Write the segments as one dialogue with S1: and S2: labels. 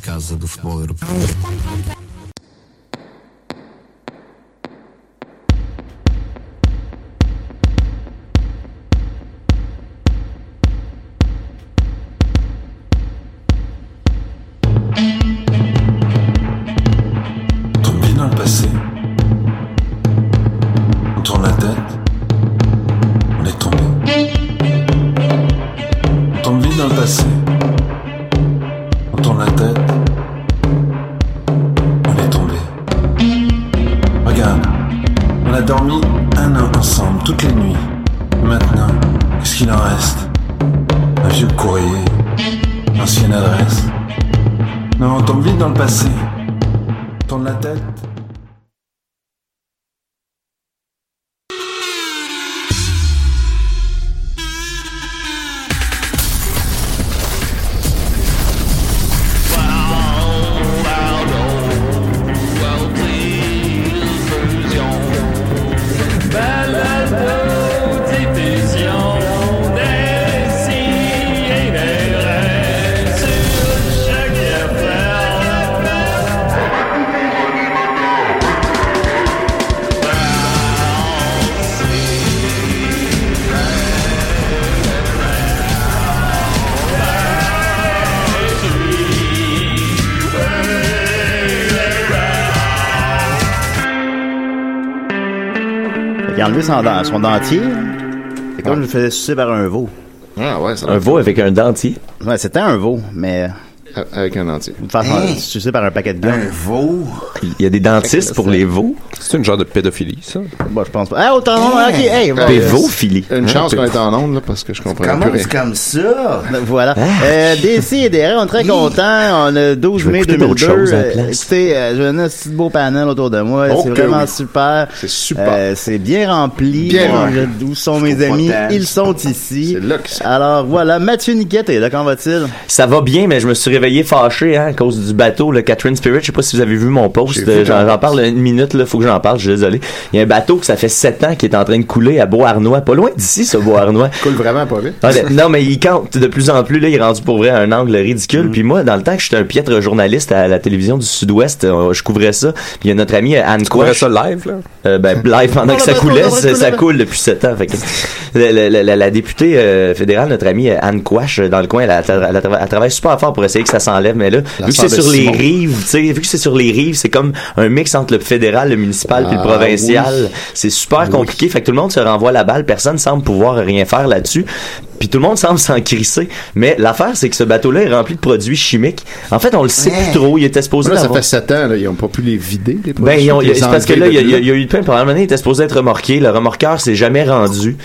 S1: casa do futebol europeu.
S2: Tombé dans le passé. On tourne la tête. On est tombé. On tombe vite dans le passé. On tourne la tête. On est tombé. Regarde. On a dormi un an ensemble, toutes les nuits. Maintenant, qu'est-ce qu'il en reste Un vieux courrier. Ancienne adresse. Non, on tombe vite dans le passé. On tourne la tête.
S3: Il a enlevé son, dent- son dentier. là. hein. C'est comme je me faisais sucer par un veau.
S4: Ah ouais, ça
S5: Un veau avec un dentier.
S3: Ouais, c'était un veau, mais
S4: Avec un dentier.
S3: de façon sucer par un paquet de gants.
S1: Vaux.
S5: Il y a des dentistes pour les veaux.
S6: C'est une genre de pédophilie, ça.
S3: Bah, je pense pas. Ah, autant non, ok, hey,
S4: Ah,
S3: bon.
S4: yes.
S5: Pévophilie.
S4: Une
S5: Hein,
S4: chance
S5: pé-
S4: qu'on est en onde, là, parce que je comprends
S1: Comment
S4: plus rien.
S1: c'est Ah comme ça?
S3: Voilà. Euh, DC et DRA, on est très contents. On est 12
S5: Je vais
S3: mai
S5: écouter d'autres
S3: 2002.
S5: choses à la
S3: Euh,
S5: place.
S3: écoutez, euh, j'ai un petit beau panel autour de moi.
S4: Oh
S3: c'est
S4: que
S3: vraiment
S4: oui.
S3: super.
S4: C'est super.
S3: Euh, c'est bien rempli.
S4: Bien
S3: Bon,
S4: rempli.
S3: je- Où sont mes
S1: suis
S3: amis?
S1: content.
S3: Ils sont ici.
S4: C'est là que c'est.
S3: Alors voilà, Mathieu Niquette est là. Comment va-t-il?
S5: Hein? Ça va bien, mais je me suis réveillé fâché hein, à cause du bateau, le Catherine Spirit. Je sais pas si vous avez vu mon post.
S4: J'ai vu
S5: euh, J'en
S4: ton
S5: j'en
S4: post.
S5: parle une minute, là, faut que j'en parle, je suis désolé. Il y a un bateau que ça fait sept ans qui est en train de couler à Beauharnois, pas loin d'ici, ce Beauharnois.
S4: coule vraiment pas vite.
S5: Ah, ben, non, mais il compte de plus en plus. Là, il est rendu pour vrai à un angle
S4: Mm.
S5: ridicule. Puis moi, dans le temps que j'étais un piètre journaliste à la télévision du Sud-Ouest, euh, je couvrais ça. Puis il y a notre amie euh, Anne
S6: On verrait
S5: Quash.
S6: ça live, là.
S5: Euh, ben, live pendant
S3: Oh,
S5: que
S3: le
S5: ça
S3: bateau,
S5: coulait,
S3: le
S5: ça,
S3: bateau,
S5: ça
S3: le
S5: coule depuis sept ans. Fait que, la, la- la- la députée euh, fédérale, notre amie euh, Anne Quash, euh, dans le coin, elle, a- elle a- elle a- elle travaille super fort pour essayer que ça s'enlève, mais là,
S4: La
S5: vu que
S4: sœur
S5: c'est
S4: de
S5: sur les
S4: Simon.
S5: rives, tu sais, vu que c'est sur les rives, c'est comme un mix entre le fédéral, le municipal puis le
S4: Ah,
S5: provincial.
S4: Ben oui.
S5: C'est super compliqué. Fait que tout le monde se renvoie la balle. Personne semble pouvoir rien faire là-dessus. Puis tout le monde semble s'en crisser. Mais l'affaire, c'est que ce bateau-là est rempli de produits chimiques. En fait, on le sait plus trop. Il était supposé
S4: Là, ça
S5: d'avoir-
S4: fait 7 ans, là, ils n'ont pas pu les vider, les
S5: ben,
S4: produits,
S5: ils ont-
S4: les
S5: c'est parce que là,
S4: enlever
S5: il y, a-
S4: de
S5: il y a- il y a eu plein de problèmes. À un moment donné, Il était supposé être remorqué. Le remorqueur s'est jamais rendu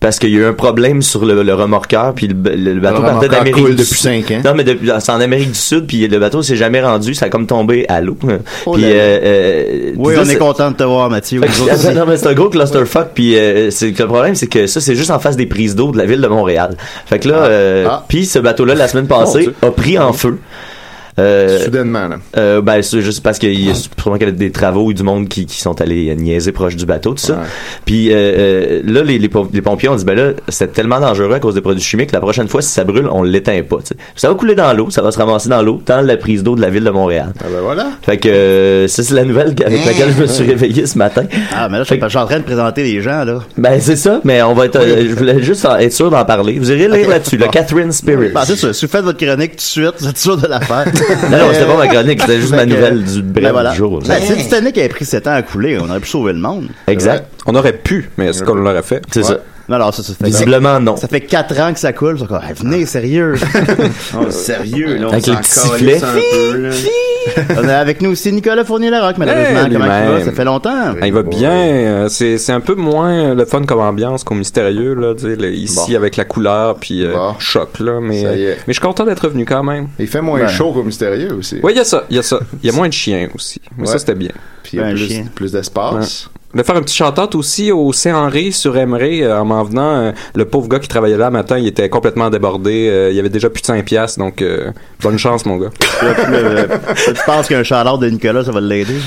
S5: parce qu'il y a eu un problème sur le, le remorqueur. Puis le, le- le bateau partait
S4: remorqueur
S5: d'Amérique
S4: coule
S5: du
S4: depuis
S5: Sud.
S4: cinq ans.
S5: Non, mais depuis- c'est en Amérique du Sud. Puis le bateau s'est jamais rendu. Ça a comme tombé à l'eau.
S4: Oh
S5: puis,
S4: là là.
S5: euh, euh,
S3: Oui,
S5: ça,
S3: on est
S5: c'est-
S3: content de te voir, Mathieu.
S5: Fait que- non, mais c'est un gros clusterfuck, puis euh, c'est que le problème, c'est que ça, c'est juste en face des prises d'eau de la ville de Montréal. Fait que là, euh,
S4: Ah.
S5: puis ce bateau-là, la semaine passée, a pris en feu. Euh,
S4: Soudainement, là.
S5: euh, ben, c'est juste parce qu'il y a sûrement qu'il y a des travaux et du monde qui, qui sont allés euh, niaiser proche du bateau, tout ça.
S4: Ouais.
S5: Puis euh, euh, là, les, les pom- les pompiers ont dit, ben là, c'est tellement dangereux à cause des produits chimiques, la prochaine fois, si ça brûle, on l'éteint pas. tu sais. Ça va couler dans l'eau, ça va se ramasser dans l'eau, dans la prise d'eau de la ville de Montréal.
S4: Ah ben voilà.
S5: Fait que euh, ça, c'est la nouvelle avec laquelle je me suis réveillé ce matin.
S3: Ah, mais là, je suis
S5: Fait que-
S3: je suis en train de présenter les gens, là.
S5: Ben, c'est ça, mais on va être. euh, je voulais juste en- être sûr d'en parler. Vous irez lire là-dessus, le Catherine Spirit.
S3: Bah, c'est sûr. Si vous faites votre chronique tout de suite, vous êtes sûr de la faire.
S5: Non, non, c'était pas ma chronique, c'était juste ma
S3: Fait que-
S5: nouvelle du bref
S3: Ben voilà.
S5: du jour. là.
S3: Ben, si le Titanic avait pris 7 ans à couler, on aurait pu sauver le monde.
S5: Exact.
S6: On aurait pu, mais est-ce qu'on l'aurait fait?
S5: C'est ça.
S3: Non, alors, ça, ça fait.
S5: Visiblement, non.
S3: Ça fait 4 ans que ça coule. Ça, quoi, hey, venez, sérieux.
S1: Oh, sérieux, là, on
S5: Avec
S1: s'en
S5: les petits
S1: calisse
S5: sifflets.
S1: un peu, là.
S3: on a avec nous aussi Nicolas Fournier-Larocque, malheureusement.
S6: Hey,
S3: Comment tu vas?
S6: lui-même.
S3: Ça fait longtemps.
S6: Ah, il va bien. euh, C'est c'est un peu moins le fun comme ambiance qu'au mystérieux, là, tu sais, le- ici
S4: Bon.
S6: avec la couleur, puis euh,
S4: Bon.
S6: choc, là. Mais,
S4: Ça y est.
S6: euh, mais je suis content d'être revenu quand même.
S4: Il fait
S5: ben.
S4: moins chaud qu'au mystérieux aussi.
S6: Oui, il y a ça, il y a ça. Il y a moins de chiens aussi. Mais
S4: Ouais.
S6: ça, c'était bien.
S4: Puis il y a
S3: Ben,
S4: plus,
S3: chien.
S4: plus d'espace.
S6: De faire un petit chantate aussi au C-Henri sur Emery euh, en m'en venant. euh, le pauvre gars qui travaillait là le matin, il était complètement débordé. euh, il y avait déjà plus de 5 piastres, donc euh, bonne chance, mon gars.
S3: Là, tu- là, tu penses qu'un chaleur de Nicolas, ça va l'aider?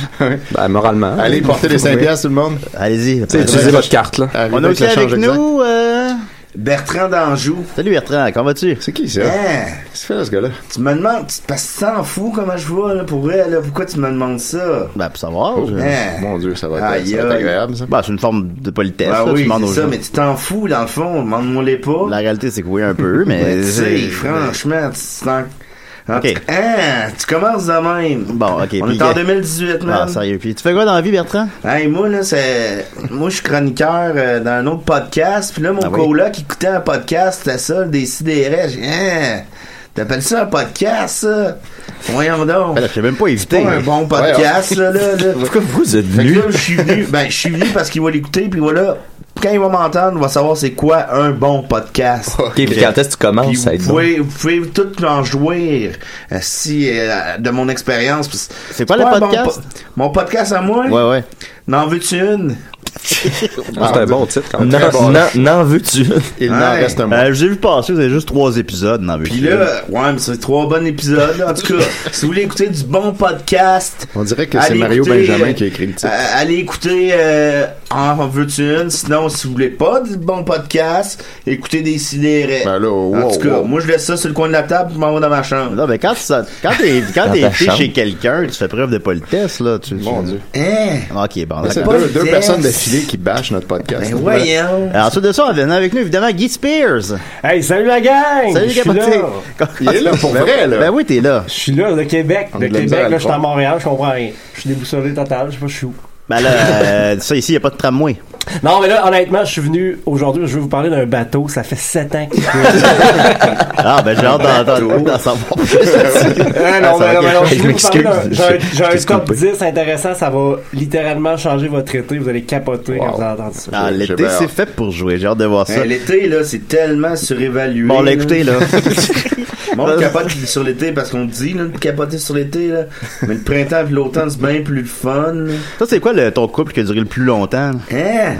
S6: Ben, moralement.
S4: Allez porter les 5 piastres, tout le monde.
S3: Allez-y.
S6: Tu sais, Utilisez votre carte, là.
S3: On a aussi avec nous, euh,
S1: Bertrand d'Anjou.
S3: Salut Bertrand, comment vas-tu?
S4: C'est qui ça?
S1: Hein?
S4: Qu'est-ce qu'il fait là, ce gars-là?
S1: Tu me demandes, tu parce que tu t'en fous comment je vois, là, pour elle, là. Pourquoi tu me demandes ça?
S3: Ben, pour savoir.
S5: Oh.
S3: je-
S1: Hein?
S4: Oh, Mon dieu, ça va être,
S1: Aïe,
S4: ça va être
S1: aïe.
S4: agréable ça.
S3: Ben, c'est une forme de politesse.
S1: Ah
S3: là, tu
S1: oui,
S3: demandes aux
S1: c'est ça,
S3: gens.
S1: mais tu t'en fous, dans le fond. Demande-moi les pas.
S3: La réalité, c'est que oui, un peu, mais.
S1: Tu sais, franchement, tu t'en... En
S3: Ok.
S1: tout cas, hein, tu commences de même.
S3: Bon, ok.
S1: On
S3: puis-
S1: est en 2018, man.
S3: Ah, sérieux. Puis tu fais quoi dans la vie, Bertrand?
S1: Hey, moi, là, c'est. Moi, je suis chroniqueur euh, dans un autre podcast. Puis là, mon
S3: Ah oui?
S1: coloc qui écoutait un podcast, c'était ça, le décidéré. J'ai dit, hein, t'appelles ça un podcast, ça? Voyons donc.
S3: Ben, là, je t'ai même pas
S1: C'est
S3: évité.
S1: pas un bon podcast, là, là, là.
S5: Pourquoi vous êtes
S1: Fait que
S5: venu?
S1: là, je suis venu. Ben, je suis venu parce qu'il va l'écouter. Puis voilà, quand il va m'entendre, il va savoir c'est quoi un bon podcast.
S5: Ok, puis quand est-ce que tu
S1: Puis
S5: commences à être
S1: vous, pouvez, vous pouvez tout en jouir euh, si euh, de mon expérience. parce-
S3: C'est quoi le
S1: pas un bon
S3: podcast?
S1: po- mon podcast à moi?
S3: Ouais, Ah, ouais.
S1: N'en veux-tu une?
S6: C'est un bon titre quand
S5: bon?
S6: même.
S5: Non, non, non, veux-tu?
S4: Il n'en
S1: Ouais.
S4: reste un mot.
S3: Euh, J'ai vu passer, vous avez juste trois épisodes dans la vie.
S1: Puis là, ouais, mais c'est trois bons épisodes. là. En tout cas, si vous voulez écouter du bon podcast,
S4: On dirait que c'est
S1: Allez
S4: Mario
S1: écouter,
S4: Benjamin
S1: euh,
S4: qui a écrit le titre.
S1: euh, allez écouter euh, En veux-tu une? Sinon, si vous voulez pas du bon podcast, écoutez des sidérés.
S4: Ben là, wow,
S1: en tout cas,
S4: wow.
S1: moi je laisse ça sur le coin de la table je m'en vais dans ma chambre.
S3: Non, mais quand, ça- quand t'es quand
S5: Dans
S3: t'es
S5: ta
S3: invité
S5: chambre.
S3: chez quelqu'un, tu fais preuve de politesse, là. Tu,
S4: Mon
S3: tu- Ah,
S4: dieu.
S1: Hein?
S3: Ok, bon,
S4: C'est
S3: d'accord.
S1: pas
S4: deux,
S1: le
S4: deux
S1: test.
S4: personnes d'affilée qui bâchent notre podcast.
S1: Ben voyons.
S3: Alors, ensuite de ça, on venait avec nous, évidemment, Guy Spears.
S7: Hey, salut la
S1: Oh,
S7: gang!
S3: Salut,
S7: je suis
S3: Capoté.
S7: là.
S4: Il est là pour
S3: Ben-
S4: vrai, là.
S3: Ben oui, t'es là.
S7: Je suis là, de Québec.
S4: On
S7: de
S4: a de la misère à
S7: Québec,
S4: le
S7: là, je suis à
S4: croire.
S7: Montréal, je comprends rien. Je suis déboussolé total, je sais pas, je suis où.
S3: Ben là, euh, ça ici, y a pas de tramway.
S7: Non, mais là, honnêtement, je suis venu aujourd'hui, je vais vous parler d'un bateau, ça fait 7 ans que
S3: Ah, ben j'ai hâte d'en- d'en- d'en savoir plus.
S7: Ah, non,
S3: ça va,
S7: mais non, mais non,
S5: je
S7: je vais vous
S5: m'excuse,
S7: parler d'un-
S5: je-
S7: J'ai un- j'ai
S5: je
S7: un
S5: t'ai
S7: top
S5: coupé.
S7: 10 intéressant, ça va littéralement changer votre été, vous allez capoter quand vous allez entendre ça.
S3: Ah,
S4: J'ai
S3: l'été,
S4: bien
S3: c'est
S4: hâte.
S3: fait pour jouer. J'ai hâte de voir ça.
S1: Hein, l'été, là, c'est tellement surévalué.
S3: Bon, on
S1: là.
S3: l'a écouté, là.
S1: Bon, on capote sur l'été parce qu'on dit, là, de capoter sur l'été, là. Mais le printemps et l'automne, c'est bien plus le fun. là.
S3: Ça, c'est quoi le, ton couple qui a duré le plus longtemps? là?
S1: Hein?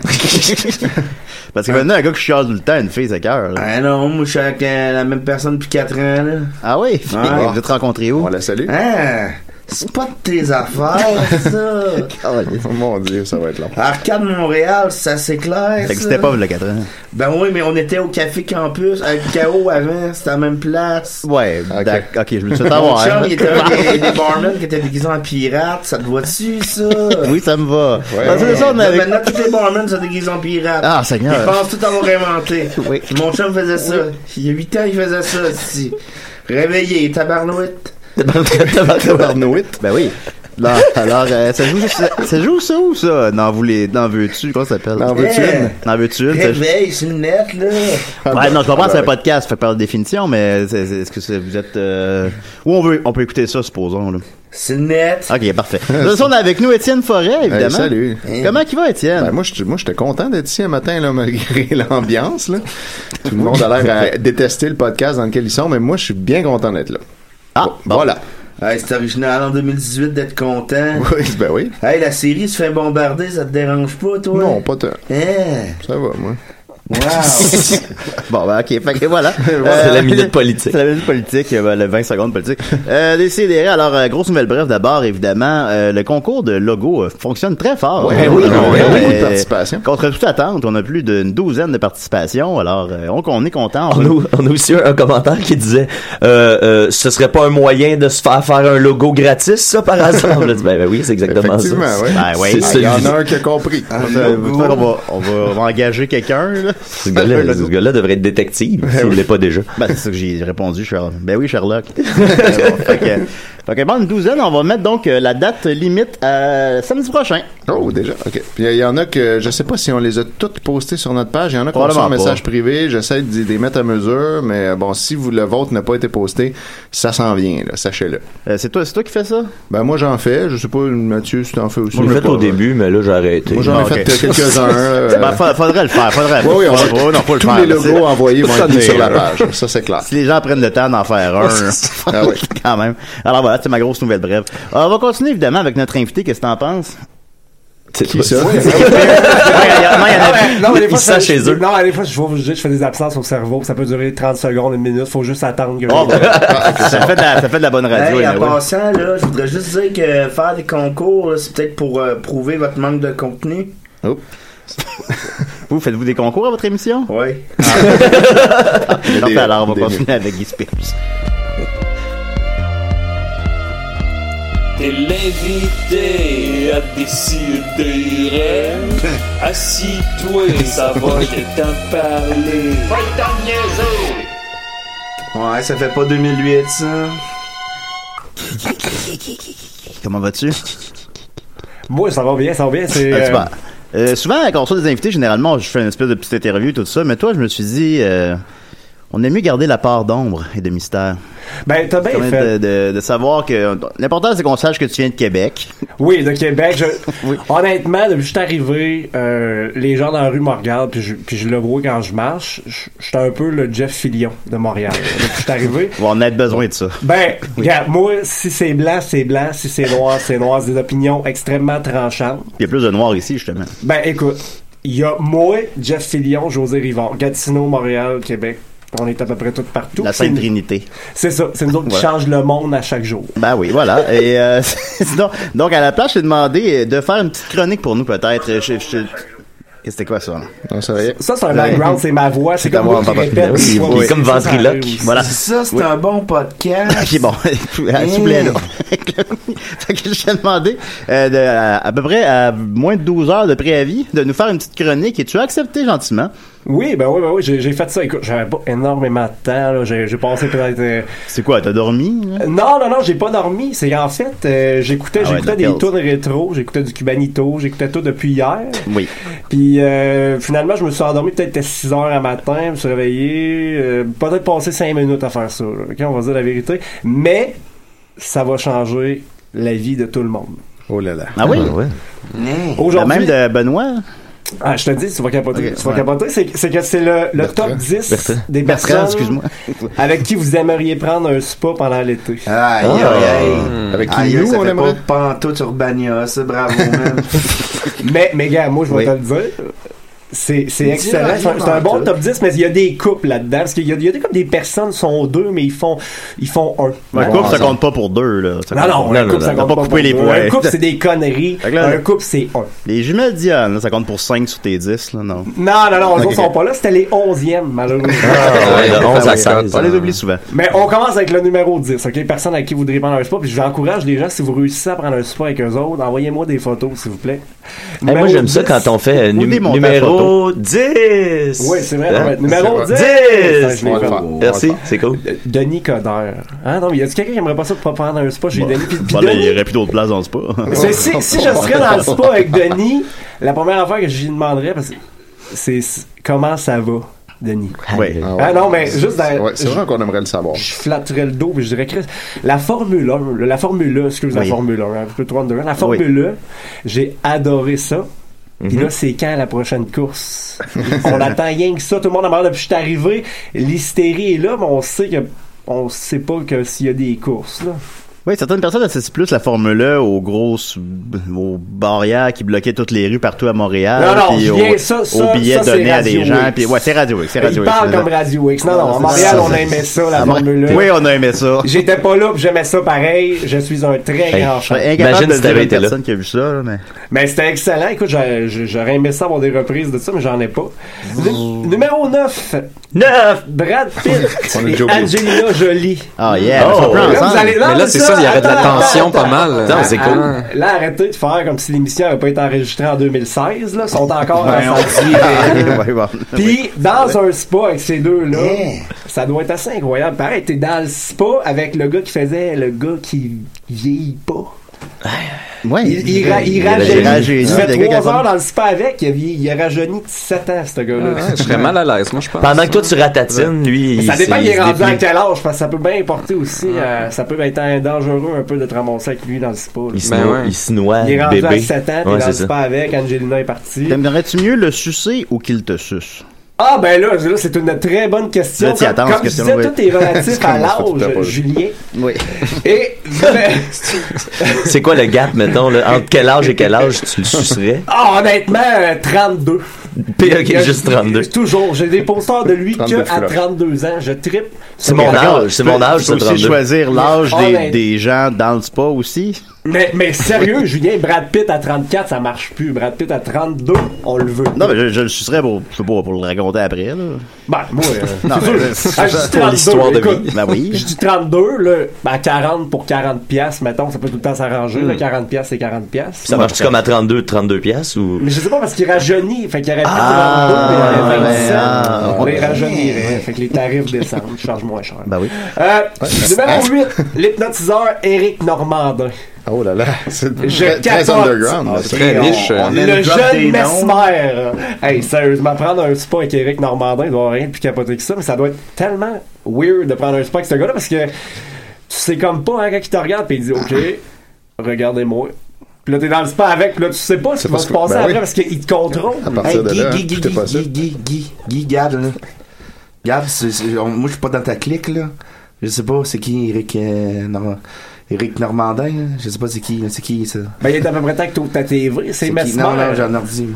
S3: Parce que maintenant, un gars qui chiale tout le temps, une fille, c'est cœur. là.
S1: Ah non, moi je suis avec euh, la même personne depuis 4 ans. Là.
S3: Ah oui?
S1: Ouais.
S3: Vous êtes rencontrés où?
S4: On la salue.
S1: Hein? C'est pas de tes affaires, ça.
S4: Ah, Mon dieu, ça va être long.
S1: Arcade Montréal, ça c'est clair.
S3: Ça
S1: Ça.
S3: n'existait pas, le 4 ans.
S1: Ben oui, mais on était au Café Campus avec KO avant, c'était à la même place.
S3: Ouais,
S4: Ok.
S3: d'ac- ok, je me suis fait
S1: Mon
S3: avoir. hein.
S1: chum, il était un des, des barmen qui était déguisé en pirate, ça te voit-tu, ça? Ben,
S3: Oui, ça me va.
S4: Ouais.
S3: Parce que ça, on
S1: Là,
S3: avait-
S1: Maintenant, tous les barmen se déguisent en pirate.
S3: Ah,
S1: Ils
S3: Seigneur.
S1: pensent tout avoir inventé.
S3: Oui.
S1: Mon chum faisait ça. Il y a 8 ans, il faisait ça. Si. Réveillé, tabarnouette.
S4: Ah,
S3: Tabarnouit. Ben oui. Là, alors, euh, ça, joue, ça, ça joue ça ou ça? N'en voulez- n'en veux-tu? Comment ça s'appelle?
S4: N'en veux-tu
S1: Eh.
S4: une?
S3: N'en veux-tu une? Ça-
S1: Réveil, c'est le net, là.
S3: Ouais, non, je comprends,
S4: Ah,
S3: c'est un
S4: ouais.
S3: podcast, fait par définition, mais c'est- c'est- est-ce que c'est- vous êtes... Euh... Où on, veut, on peut écouter ça, supposons, là.
S1: C'est le net.
S3: Ok, parfait. De toute façon, on est avec nous Étienne Forêt, évidemment.
S4: Hey, salut.
S3: Comment qui va, Étienne?
S4: Ben, moi, je- moi, j'étais content d'être ici un matin, là, malgré l'ambiance. Là. Tout le monde a l'air à détester le podcast dans lequel ils sont, mais moi, je suis bien content d'être là.
S3: ah, bon.
S4: Voilà.
S1: Hey, c'est original en 2018 d'être content.
S4: Oui, ben oui.
S1: Hey, la série se fait bombarder, ça te dérange pas, toi?
S4: Non, pas tant.
S1: Hein?
S4: Ça va, moi.
S1: Wow.
S3: Bon, ben, ok, fait que voilà.
S5: C'est la minute
S3: minute
S5: politique.
S3: C'est la minute politique, euh, ben, le 20 secondes politique. Euh, décidérez, alors, euh, grosse nouvelle brève d'abord, évidemment, euh, le concours de logo euh, fonctionne très fort.
S4: Ouais, oui,
S3: Euh,
S4: oui, oui,
S3: euh,
S4: oui, participation.
S3: Contre toute attente, on a plus d'une douzaine de participations, alors euh, on, on est content.
S4: Ah,
S5: On
S3: va-
S5: a, on a aussi un, un commentaire qui disait euh, euh, ce serait pas un moyen de se faire faire un logo gratis ça par hasard Là, tu dis, ben, ben oui c'est exactement ça
S4: Effectivement, ouais.
S3: Ben oui.
S5: C'est
S4: Ah,
S5: ça
S4: Il y en
S5: l'idée.
S4: a un qui a compris.
S3: Euh, vous
S4: oh.
S3: savez, on, va, on va- on va engager quelqu'un, là.
S5: ce gars-là ce gars-là devrait être détective s'il l'est pas déjà
S3: Ben, c'est ça que j'ai répondu, Sherlock. Ben oui, Sherlock. Euh, bon, fait que, fait que, bon, une douzaine, on va mettre donc euh, la date limite à samedi prochain.
S4: Oh, déjà, ok. Puis il y en a que, je sais pas si on les a toutes postées sur notre page. Il y en a qui ont un
S3: Probablement
S4: message
S3: pas.
S4: privé. J'essaie de les mettre à mesure, mais euh, bon, si vous, le vôtre n'a pas été posté, ça s'en vient, là, sachez-le.
S3: Euh, c'est toi, c'est toi qui fais ça?
S4: Ben moi, j'en fais. Je sais pas, Mathieu, si t'en fais aussi.
S5: je l'ai
S4: Je
S5: fait
S4: sais pas,
S5: au
S4: ouais.
S5: début mais là j'ai arrêté
S4: Moi, j'en ai
S3: Ah, ok.
S4: fait euh, quelques-uns. euh,
S3: Ben, fa- faudrait le faire, faudrait.
S4: ouais, oui, on
S3: faudrait-
S4: va-
S3: oh, non, faut le
S4: tous
S3: faire,
S4: les
S3: là, c'est-
S4: logos envoyés vont être mis sur la
S3: là.
S4: page. Ça, c'est clair.
S3: Si les gens prennent le temps d'en faire un, là.
S4: Ah oui.
S3: quand même. Alors voilà, c'est ma grosse nouvelle brève. Euh, on va continuer évidemment avec notre invité. Qu'est-ce que t'en penses?
S4: Qui ça?
S3: Ouais, il y a- non, il y en a
S7: Ah ouais,
S3: plus.
S7: non, mais des
S5: Ils
S7: fois,
S5: sont
S7: ça-
S5: chez eux.
S7: Non, des fois, je, vois- je fais des absences au cerveau, ça peut durer 30 secondes, une minute, faut juste attendre que
S3: Oh, ben, ça, fait de la, ça fait de la bonne radio.
S1: Hey, en
S3: anyway.
S1: passant, là, je voudrais juste dire que faire des concours, là, c'est peut-être pour euh, prouver votre manque de contenu.
S4: Oh.
S3: Vous, faites-vous des concours à votre émission?
S1: Ouais.
S3: Parfait, alors on
S4: des-
S3: va continuer avec Guy Spears.
S8: T'es l'invité à décider. Assis-toi, ça va, je vais t'en parler. Va t'en niaiser!
S1: Ouais, ça fait pas 2008, ça.
S3: Comment vas-tu?
S4: Euh,
S7: Moi, ça va bien, ça va bien. C'est.
S3: Ah,
S7: euh,
S3: super. Euh, souvent, quand on reçoit des invités, généralement, je fais une espèce de petite interview, tout ça. Mais toi, je me suis dit, euh, on aime mieux garder la part d'ombre et de mystère.
S7: ben, t'as bien
S3: Ça permet
S7: fait.
S3: de, de- de savoir que l'important, c'est qu'on sache que tu viens de Québec.
S7: Oui, de Québec. je- Honnêtement, depuis que je suis arrivé, euh, les gens dans la rue me regardent, puis je, puis je le vois quand je marche. Je je suis un peu le Jeff Fillion de Montréal. depuis que je suis arrivé.
S3: On a besoin de ça.
S7: Ben, regarde, moi, si c'est blanc, c'est blanc. Si c'est noir, c'est noir. C'est des opinions extrêmement tranchantes.
S3: Il y a plus de noirs ici, justement.
S7: Ben, écoute, il y a moi, Jeff Fillion, José Rivard, Gatineau, Montréal, Québec. On est à peu près tous partout.
S3: La
S7: C'est-
S3: Sainte Trinité.
S7: C'est ça. C'est nous autres qui
S3: Ouais.
S7: changent le monde à chaque jour.
S3: Ben oui, voilà. Et euh, sinon- donc, à la place, je t'ai demandé euh, de faire une petite chronique pour nous, peut-être. Je- je- je- Qu'est-ce que c'était quoi ça? là?
S4: Non, c'est vrai.
S7: Ça, c'est un background, c'est ma voix. C'est
S4: ta
S7: comme
S4: voix,
S7: moi qui
S4: papa.
S7: répète.
S5: Oui,
S7: dix fois,
S5: oui,
S7: oui,
S5: comme
S7: ça, ça
S5: Ventriloque.
S7: arrive.
S3: Voilà.
S1: Ça, c'est un bon podcast.
S3: Ok, Ah, bon,
S7: Mmh.
S3: souplez là. fait que je t'ai demandé euh, de, à, à peu près à moins de 12 heures de préavis de nous faire une petite chronique et tu as accepté gentiment.
S7: Oui, ben oui, ben oui, j'ai j'ai fait ça. Écoute, j'avais pas énormément de temps. là. J'ai j'ai passé peut-être. euh,
S3: C'est quoi, t'as dormi? là?
S7: Non, non, non, j'ai pas dormi. C'est en fait, euh, j'écoutais,
S3: Ah ouais,
S7: j'écoutais
S3: Knuckles.
S7: des tunes rétro, j'écoutais du Cubanito, j'écoutais tout depuis hier.
S3: Oui.
S7: Puis euh, finalement, je me suis endormi peut-être à 6 heures à matin, je me suis réveillé, euh, peut-être passé 5 minutes à faire ça. là. Ok, on va dire la vérité, mais ça va changer la vie de tout le monde.
S4: Oh là là.
S3: Ah oui? La
S7: Aujourd'hui,
S3: même de Benoît?
S7: ah, je te dis, tu vas capoter,
S3: Ok,
S7: tu vas
S3: ouais.
S7: capoter, c'est c'est que c'est le, le
S4: Bertrand.
S7: top 10 des
S3: Bertrand,
S7: personnes
S3: excuse-moi.
S7: avec qui vous aimeriez prendre un spa pendant l'été.
S3: Ah.
S1: Aïe,
S7: Ah,
S1: aïe, aïe.
S4: Avec qui
S1: Aïe,
S4: nous,
S1: ça
S4: on
S1: fait
S4: aimerait?
S1: pas pantoute Urbania, ça, bravo, man.
S7: Mais, mais gars, moi, je vais
S3: Oui.
S7: te le dire. C'est, c'est
S1: Dis-le,
S7: excellent.
S1: dis-le
S7: C'est un- c'est un bon
S1: tout.
S7: top 10, mais il y a des couples là-dedans. Parce qu'il y a, il y a des, comme des personnes qui sont deux, mais ils font, ils font
S3: Un
S7: un. Ouais.
S3: couple, ça compte pas pour deux, là. Ça
S7: Non,
S3: compte
S7: non,
S3: pour-
S7: un couple, ça
S3: non,
S7: compte
S3: pas
S7: pas
S3: couper les
S7: pour-
S3: points.
S7: Un couple, c'est des conneries.
S3: Fait que là-
S7: un couple, c'est un.
S3: Les jumelles Diane, là, ça compte pour 5 sur tes 10, là, non.
S7: Non, non, non, les autres sont pas là. C'était les 11e, malheureusement.
S5: ouais, de 11 à hein.
S3: Ah,
S5: 16.
S3: On les oublie souvent.
S7: mais on commence avec le numéro 10, OK? Personne à qui vous voudriez prendre un spa. Puis je vous encourage les gens, si vous réussissez à prendre un spa avec eux autres, envoyez-moi des photos, s'il vous
S5: Hey,
S7: plaît.
S5: Eh, moi,
S7: Numéro
S5: j'aime ça
S7: 10.
S5: quand on fait euh,
S3: Ou
S5: num-
S3: des montages
S5: numéro 10.
S7: Oui, c'est vrai.
S5: Hein?
S7: ouais. Numéro 10!
S5: 10.
S7: Ça, je l'ai
S4: On va le
S7: fait.
S4: faire.
S5: Merci, c'est cool.
S7: Denis Coderre. Hein, non, mais y a-tu quelqu'un qui aimerait pas ça de pas prendre un spa chez Denis? Puis, puis
S3: Voilà, il y
S7: Denis,
S3: aurait plus d'autres places dans ce pas.
S7: c'est- si, si je serais dans le spa avec Denis, la première affaire que je lui demanderais, parce que c'est c'est- comment ça va, Denis?
S3: Oui.
S4: Ah,
S7: Ah non, mais juste dans-
S4: Ouais, c'est vrai qu'on aimerait le savoir.
S7: Je flatterais le dos, puis je dirais, Chris, la Formule 1, là, la Formule 1, excuse,
S3: Oui.
S7: la Formule 1, un peu 32, la Formule 1, j'ai adoré ça.
S3: Mhm.
S7: Puis là, c'est quand la prochaine course? on attend rien que ça. Tout le monde a marre depuis que je suis arrivé. L'hystérie est là, mais on sait que on sait pas que s'il y a des courses. Là.
S3: Oui, certaines personnes associent plus la Formule 1 aux grosses aux barrières qui bloquaient toutes les rues partout à Montréal.
S7: Non, non,
S3: puis
S7: je
S3: aux,
S7: viens ça, ça,
S3: aux billets
S7: ça, c'est
S3: donnés à
S7: Radio
S3: des gens.
S7: X.
S3: Puis, ouais, c'est Radio X, c'est Radio
S7: Il
S3: X,
S7: parle
S3: c'est
S7: comme
S3: ça.
S7: Radio X. Non, non, à Montréal,
S3: ça,
S7: on
S3: ça.
S7: aimait ça, la
S3: Ah, bon.
S7: Formule 1.
S3: Oui, on a aimé ça.
S7: J'étais pas là, puis j'aimais ça pareil. Je suis un très
S5: Hey,
S7: grand
S3: Je
S7: fan.
S3: serais
S5: Imagine
S3: incapable de dire
S5: si t'avais
S3: à une
S5: été là.
S3: personne qui a vu ça, là, mais...
S7: Mais c'était excellent. Écoute, j'a- j'a- j'aurais aimé ça avoir des reprises de ça, mais j'en ai pas. Nu- numéro 9.
S5: 9.
S7: Brad Pitt
S4: On a
S7: et
S4: déjà oublié.
S7: Angelina Jolie.
S3: Ah, yeah,
S5: Oh,
S3: ça peut
S5: là,
S7: Là,
S3: ensemble.
S7: vous allez- non,
S6: Mais là, c'est ça, il y aurait de la
S7: attends,
S6: tension
S7: attends,
S6: pas mal.
S5: Attends, c'est cool.
S7: Ah, Là, arrêtez de faire comme si l'émission n'avait pas été enregistrée en 2016. Là, Ils sont encore
S1: Ben,
S7: en
S1: on
S7: sortie.
S3: Ah,
S7: euh,
S3: Ouais, bon.
S7: Puis, dans un spa avec ces deux-là, ça doit être assez incroyable. Pareil, t'es dans le spa avec le gars qui faisait le gars qui vieillit pas.
S3: Ouais,
S7: Il, il, ra- il
S3: il
S7: rajeunit.
S3: rajeunit,
S7: Il
S3: le
S7: fait
S3: gars qui a
S7: trois
S3: pas-
S7: heures dans le spa avec, il a, vieilli- il a rajeuni de 7 ans, ce gars-là.
S6: Ah, Je serais mal à l'aise, moi, je pense.
S5: Pendant que toi, tu ratatines, lui,
S7: ça dépend,
S5: s'est-
S7: il est rendu à
S5: déplie.
S7: quel âge, parce que ça peut bien porter aussi, euh, ça peut être un- dangereux un peu de te ramasser avec lui dans le spa. là.
S5: Il se
S6: Ben
S5: noie,
S6: ouais.
S5: il se noie,
S7: Il est rendu
S5: bébé.
S7: à 7 ans, t'es
S5: Ouais,
S7: dans
S5: c'est
S7: le
S5: ça.
S7: spa avec, Angelina est partie.
S3: T'aimerais-tu mieux le sucer ou qu'il te suce?
S7: Ah ben là, là, c'est une très bonne question.
S3: Là, t'y
S7: Comme-
S3: attends,
S7: Comme je
S3: cette
S7: disais,
S3: question-là,
S7: tout est relatif à
S4: commence tout à
S7: l'âge,
S4: pas.
S7: Julien.
S3: Oui.
S7: Et...
S5: C'est quoi le gap, mettons, là, entre quel âge et quel âge tu le sucerais?
S7: Ah, honnêtement, euh, 32.
S5: Pire que juste 32.
S7: Toujours, j'ai des posters de lui que
S4: 32
S7: à
S4: fleurs.
S7: 32 ans. Je trippe.
S5: C'est mon âge, Euh, c'est mon âge,
S3: Tu peux
S5: c'est
S3: aussi
S5: 32.
S3: choisir l'âge
S7: Ah,
S3: des,
S7: ben-
S3: des gens dans le spa aussi.
S7: Mais, mais sérieux, Julien, Brad Pitt à 34, ça marche plus. Brad Pitt à 32, on le veut.
S3: Non, mais je, je le sucerais pour, je sais pas, pour le raconter après, là.
S7: Ben, moi, euh,
S3: Non,
S7: c'est
S3: mais-
S7: sûr. Ah, je dis
S3: pour
S7: 32,
S5: l'histoire de
S7: écoute,
S3: Ben
S7: Je
S3: oui.
S7: dis 32, là, ben 40 pour 40 piastres, mettons, ça peut tout le temps s'arranger,
S3: Hmm.
S7: là, 40 piastres, c'est 40 piastres.
S5: Ça marche comme à 32, 32 piastres ou.
S7: Mais je sais pas, parce qu'il rajeunit, fait qu'il aurait pu
S5: Ah,
S7: 32, mais il aurait
S3: ouais,
S7: 27,
S3: ah,
S7: on les
S3: ouais.
S7: rajeunirait, fait que les tarifs descendent, je charge moins cher.
S3: Ben oui.
S7: Euh, numéro 8, l'hypnotiseur Eric Normandin.
S4: Oh là là, c'est
S7: Je
S4: très, très
S7: capote.
S4: underground. là, ça.
S6: Très riche. euh,
S1: aime
S7: Le
S1: drop
S7: jeune
S1: des noms.
S7: Mesmer. Hey, sérieusement, prendre un spa avec Eric Normandin, il doit avoir rien de plus capoté que ça, mais ça doit être tellement weird de prendre un spa avec ce gars-là parce que tu sais comme pas, hein, quand il te regarde, puis il dit OK, regardez-moi. Puis là, t'es dans le spa avec, puis là, tu sais pas ce qui
S4: pas
S7: va
S4: ce
S7: se
S4: que-
S7: passer
S4: ben
S7: après
S4: oui.
S7: parce qu'il te contrôle.
S4: À
S1: Hey,
S4: partir de
S1: Guy,
S4: là,
S1: Guy, Guy,
S4: j'étais
S1: Guy,
S4: pas sûr.
S1: Guy, Guy, Guy, Guy, Gab, là. Gab, c'est- c'est- on- moi, je suis pas dans ta clique, là. Je sais pas, c'est qui, Eric, euh, Norm- Eric Normandin, là? Je sais pas, c'est qui, là, c'est qui, ça?
S7: Ben, il est à peu près temps que t'ouvres ta TV, c'est
S1: qui?
S7: Mesmer.
S1: Non, non, j'en ai redit.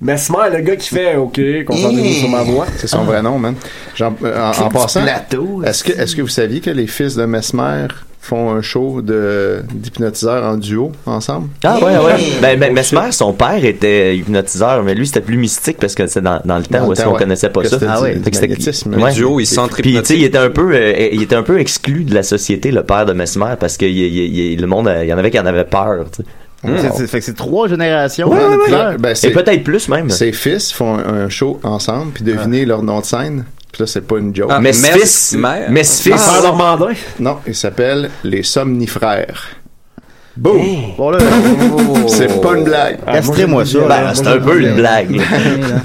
S7: Mesmer, le gars qui fait OK, concentrez-vous
S1: Hey.
S7: sur ma voix.
S4: C'est son vrai nom, man. Genre, euh, en, en
S1: Petit
S4: passant,
S1: plateau.
S4: est-ce que, est-ce que vous saviez que les fils de Mesmer font un show de, d'hypnotiseurs en duo ensemble?
S5: Ah ouais, ouais. Ben, ben Mesmer, son père était hypnotiseur, mais lui, c'était plus mystique parce que c'est dans, dans le temps
S4: Dans
S5: où
S4: le
S5: est-ce
S4: temps,
S5: qu'on
S4: ouais.
S5: connaissait pas
S4: Que
S5: ça.
S4: c'était du-
S5: Fait que
S4: du
S5: c'était-
S4: magnétisme.
S5: ouais.
S4: Le
S6: duo,
S5: Puis tu
S6: il
S5: sais, il
S6: s'entripnotisait.
S5: était un peu, euh, il était un peu exclu de la société, le père de Mesmer, parce que il- il- il- le monde, euh, il y en avait qui en avaient peur. tu sais.
S3: Hmm. C'est- c'est- fait que c'est trois générations.
S4: Ouais,
S3: hein,
S4: ouais,
S3: de
S4: ouais.
S3: fleurs.
S4: Ben,
S5: Et
S4: c'est-
S5: peut-être plus même.
S4: Ses fils font un, un show ensemble, puis devinez
S3: Ah.
S4: leur nom de scène. Puis là, c'est pas une joke.
S6: Ah.
S5: Mesfis,
S6: Mesmer.
S5: Mesfis,
S6: ah,
S7: Mesmer Normandin.
S4: Non, ils s'appellent les somnifrères. Boum!
S3: Bon,
S7: Ah,
S3: là,
S4: C'est pas une blague.
S3: castrez-moi ça.
S5: ben,
S3: là.
S5: c'est un peu une blague.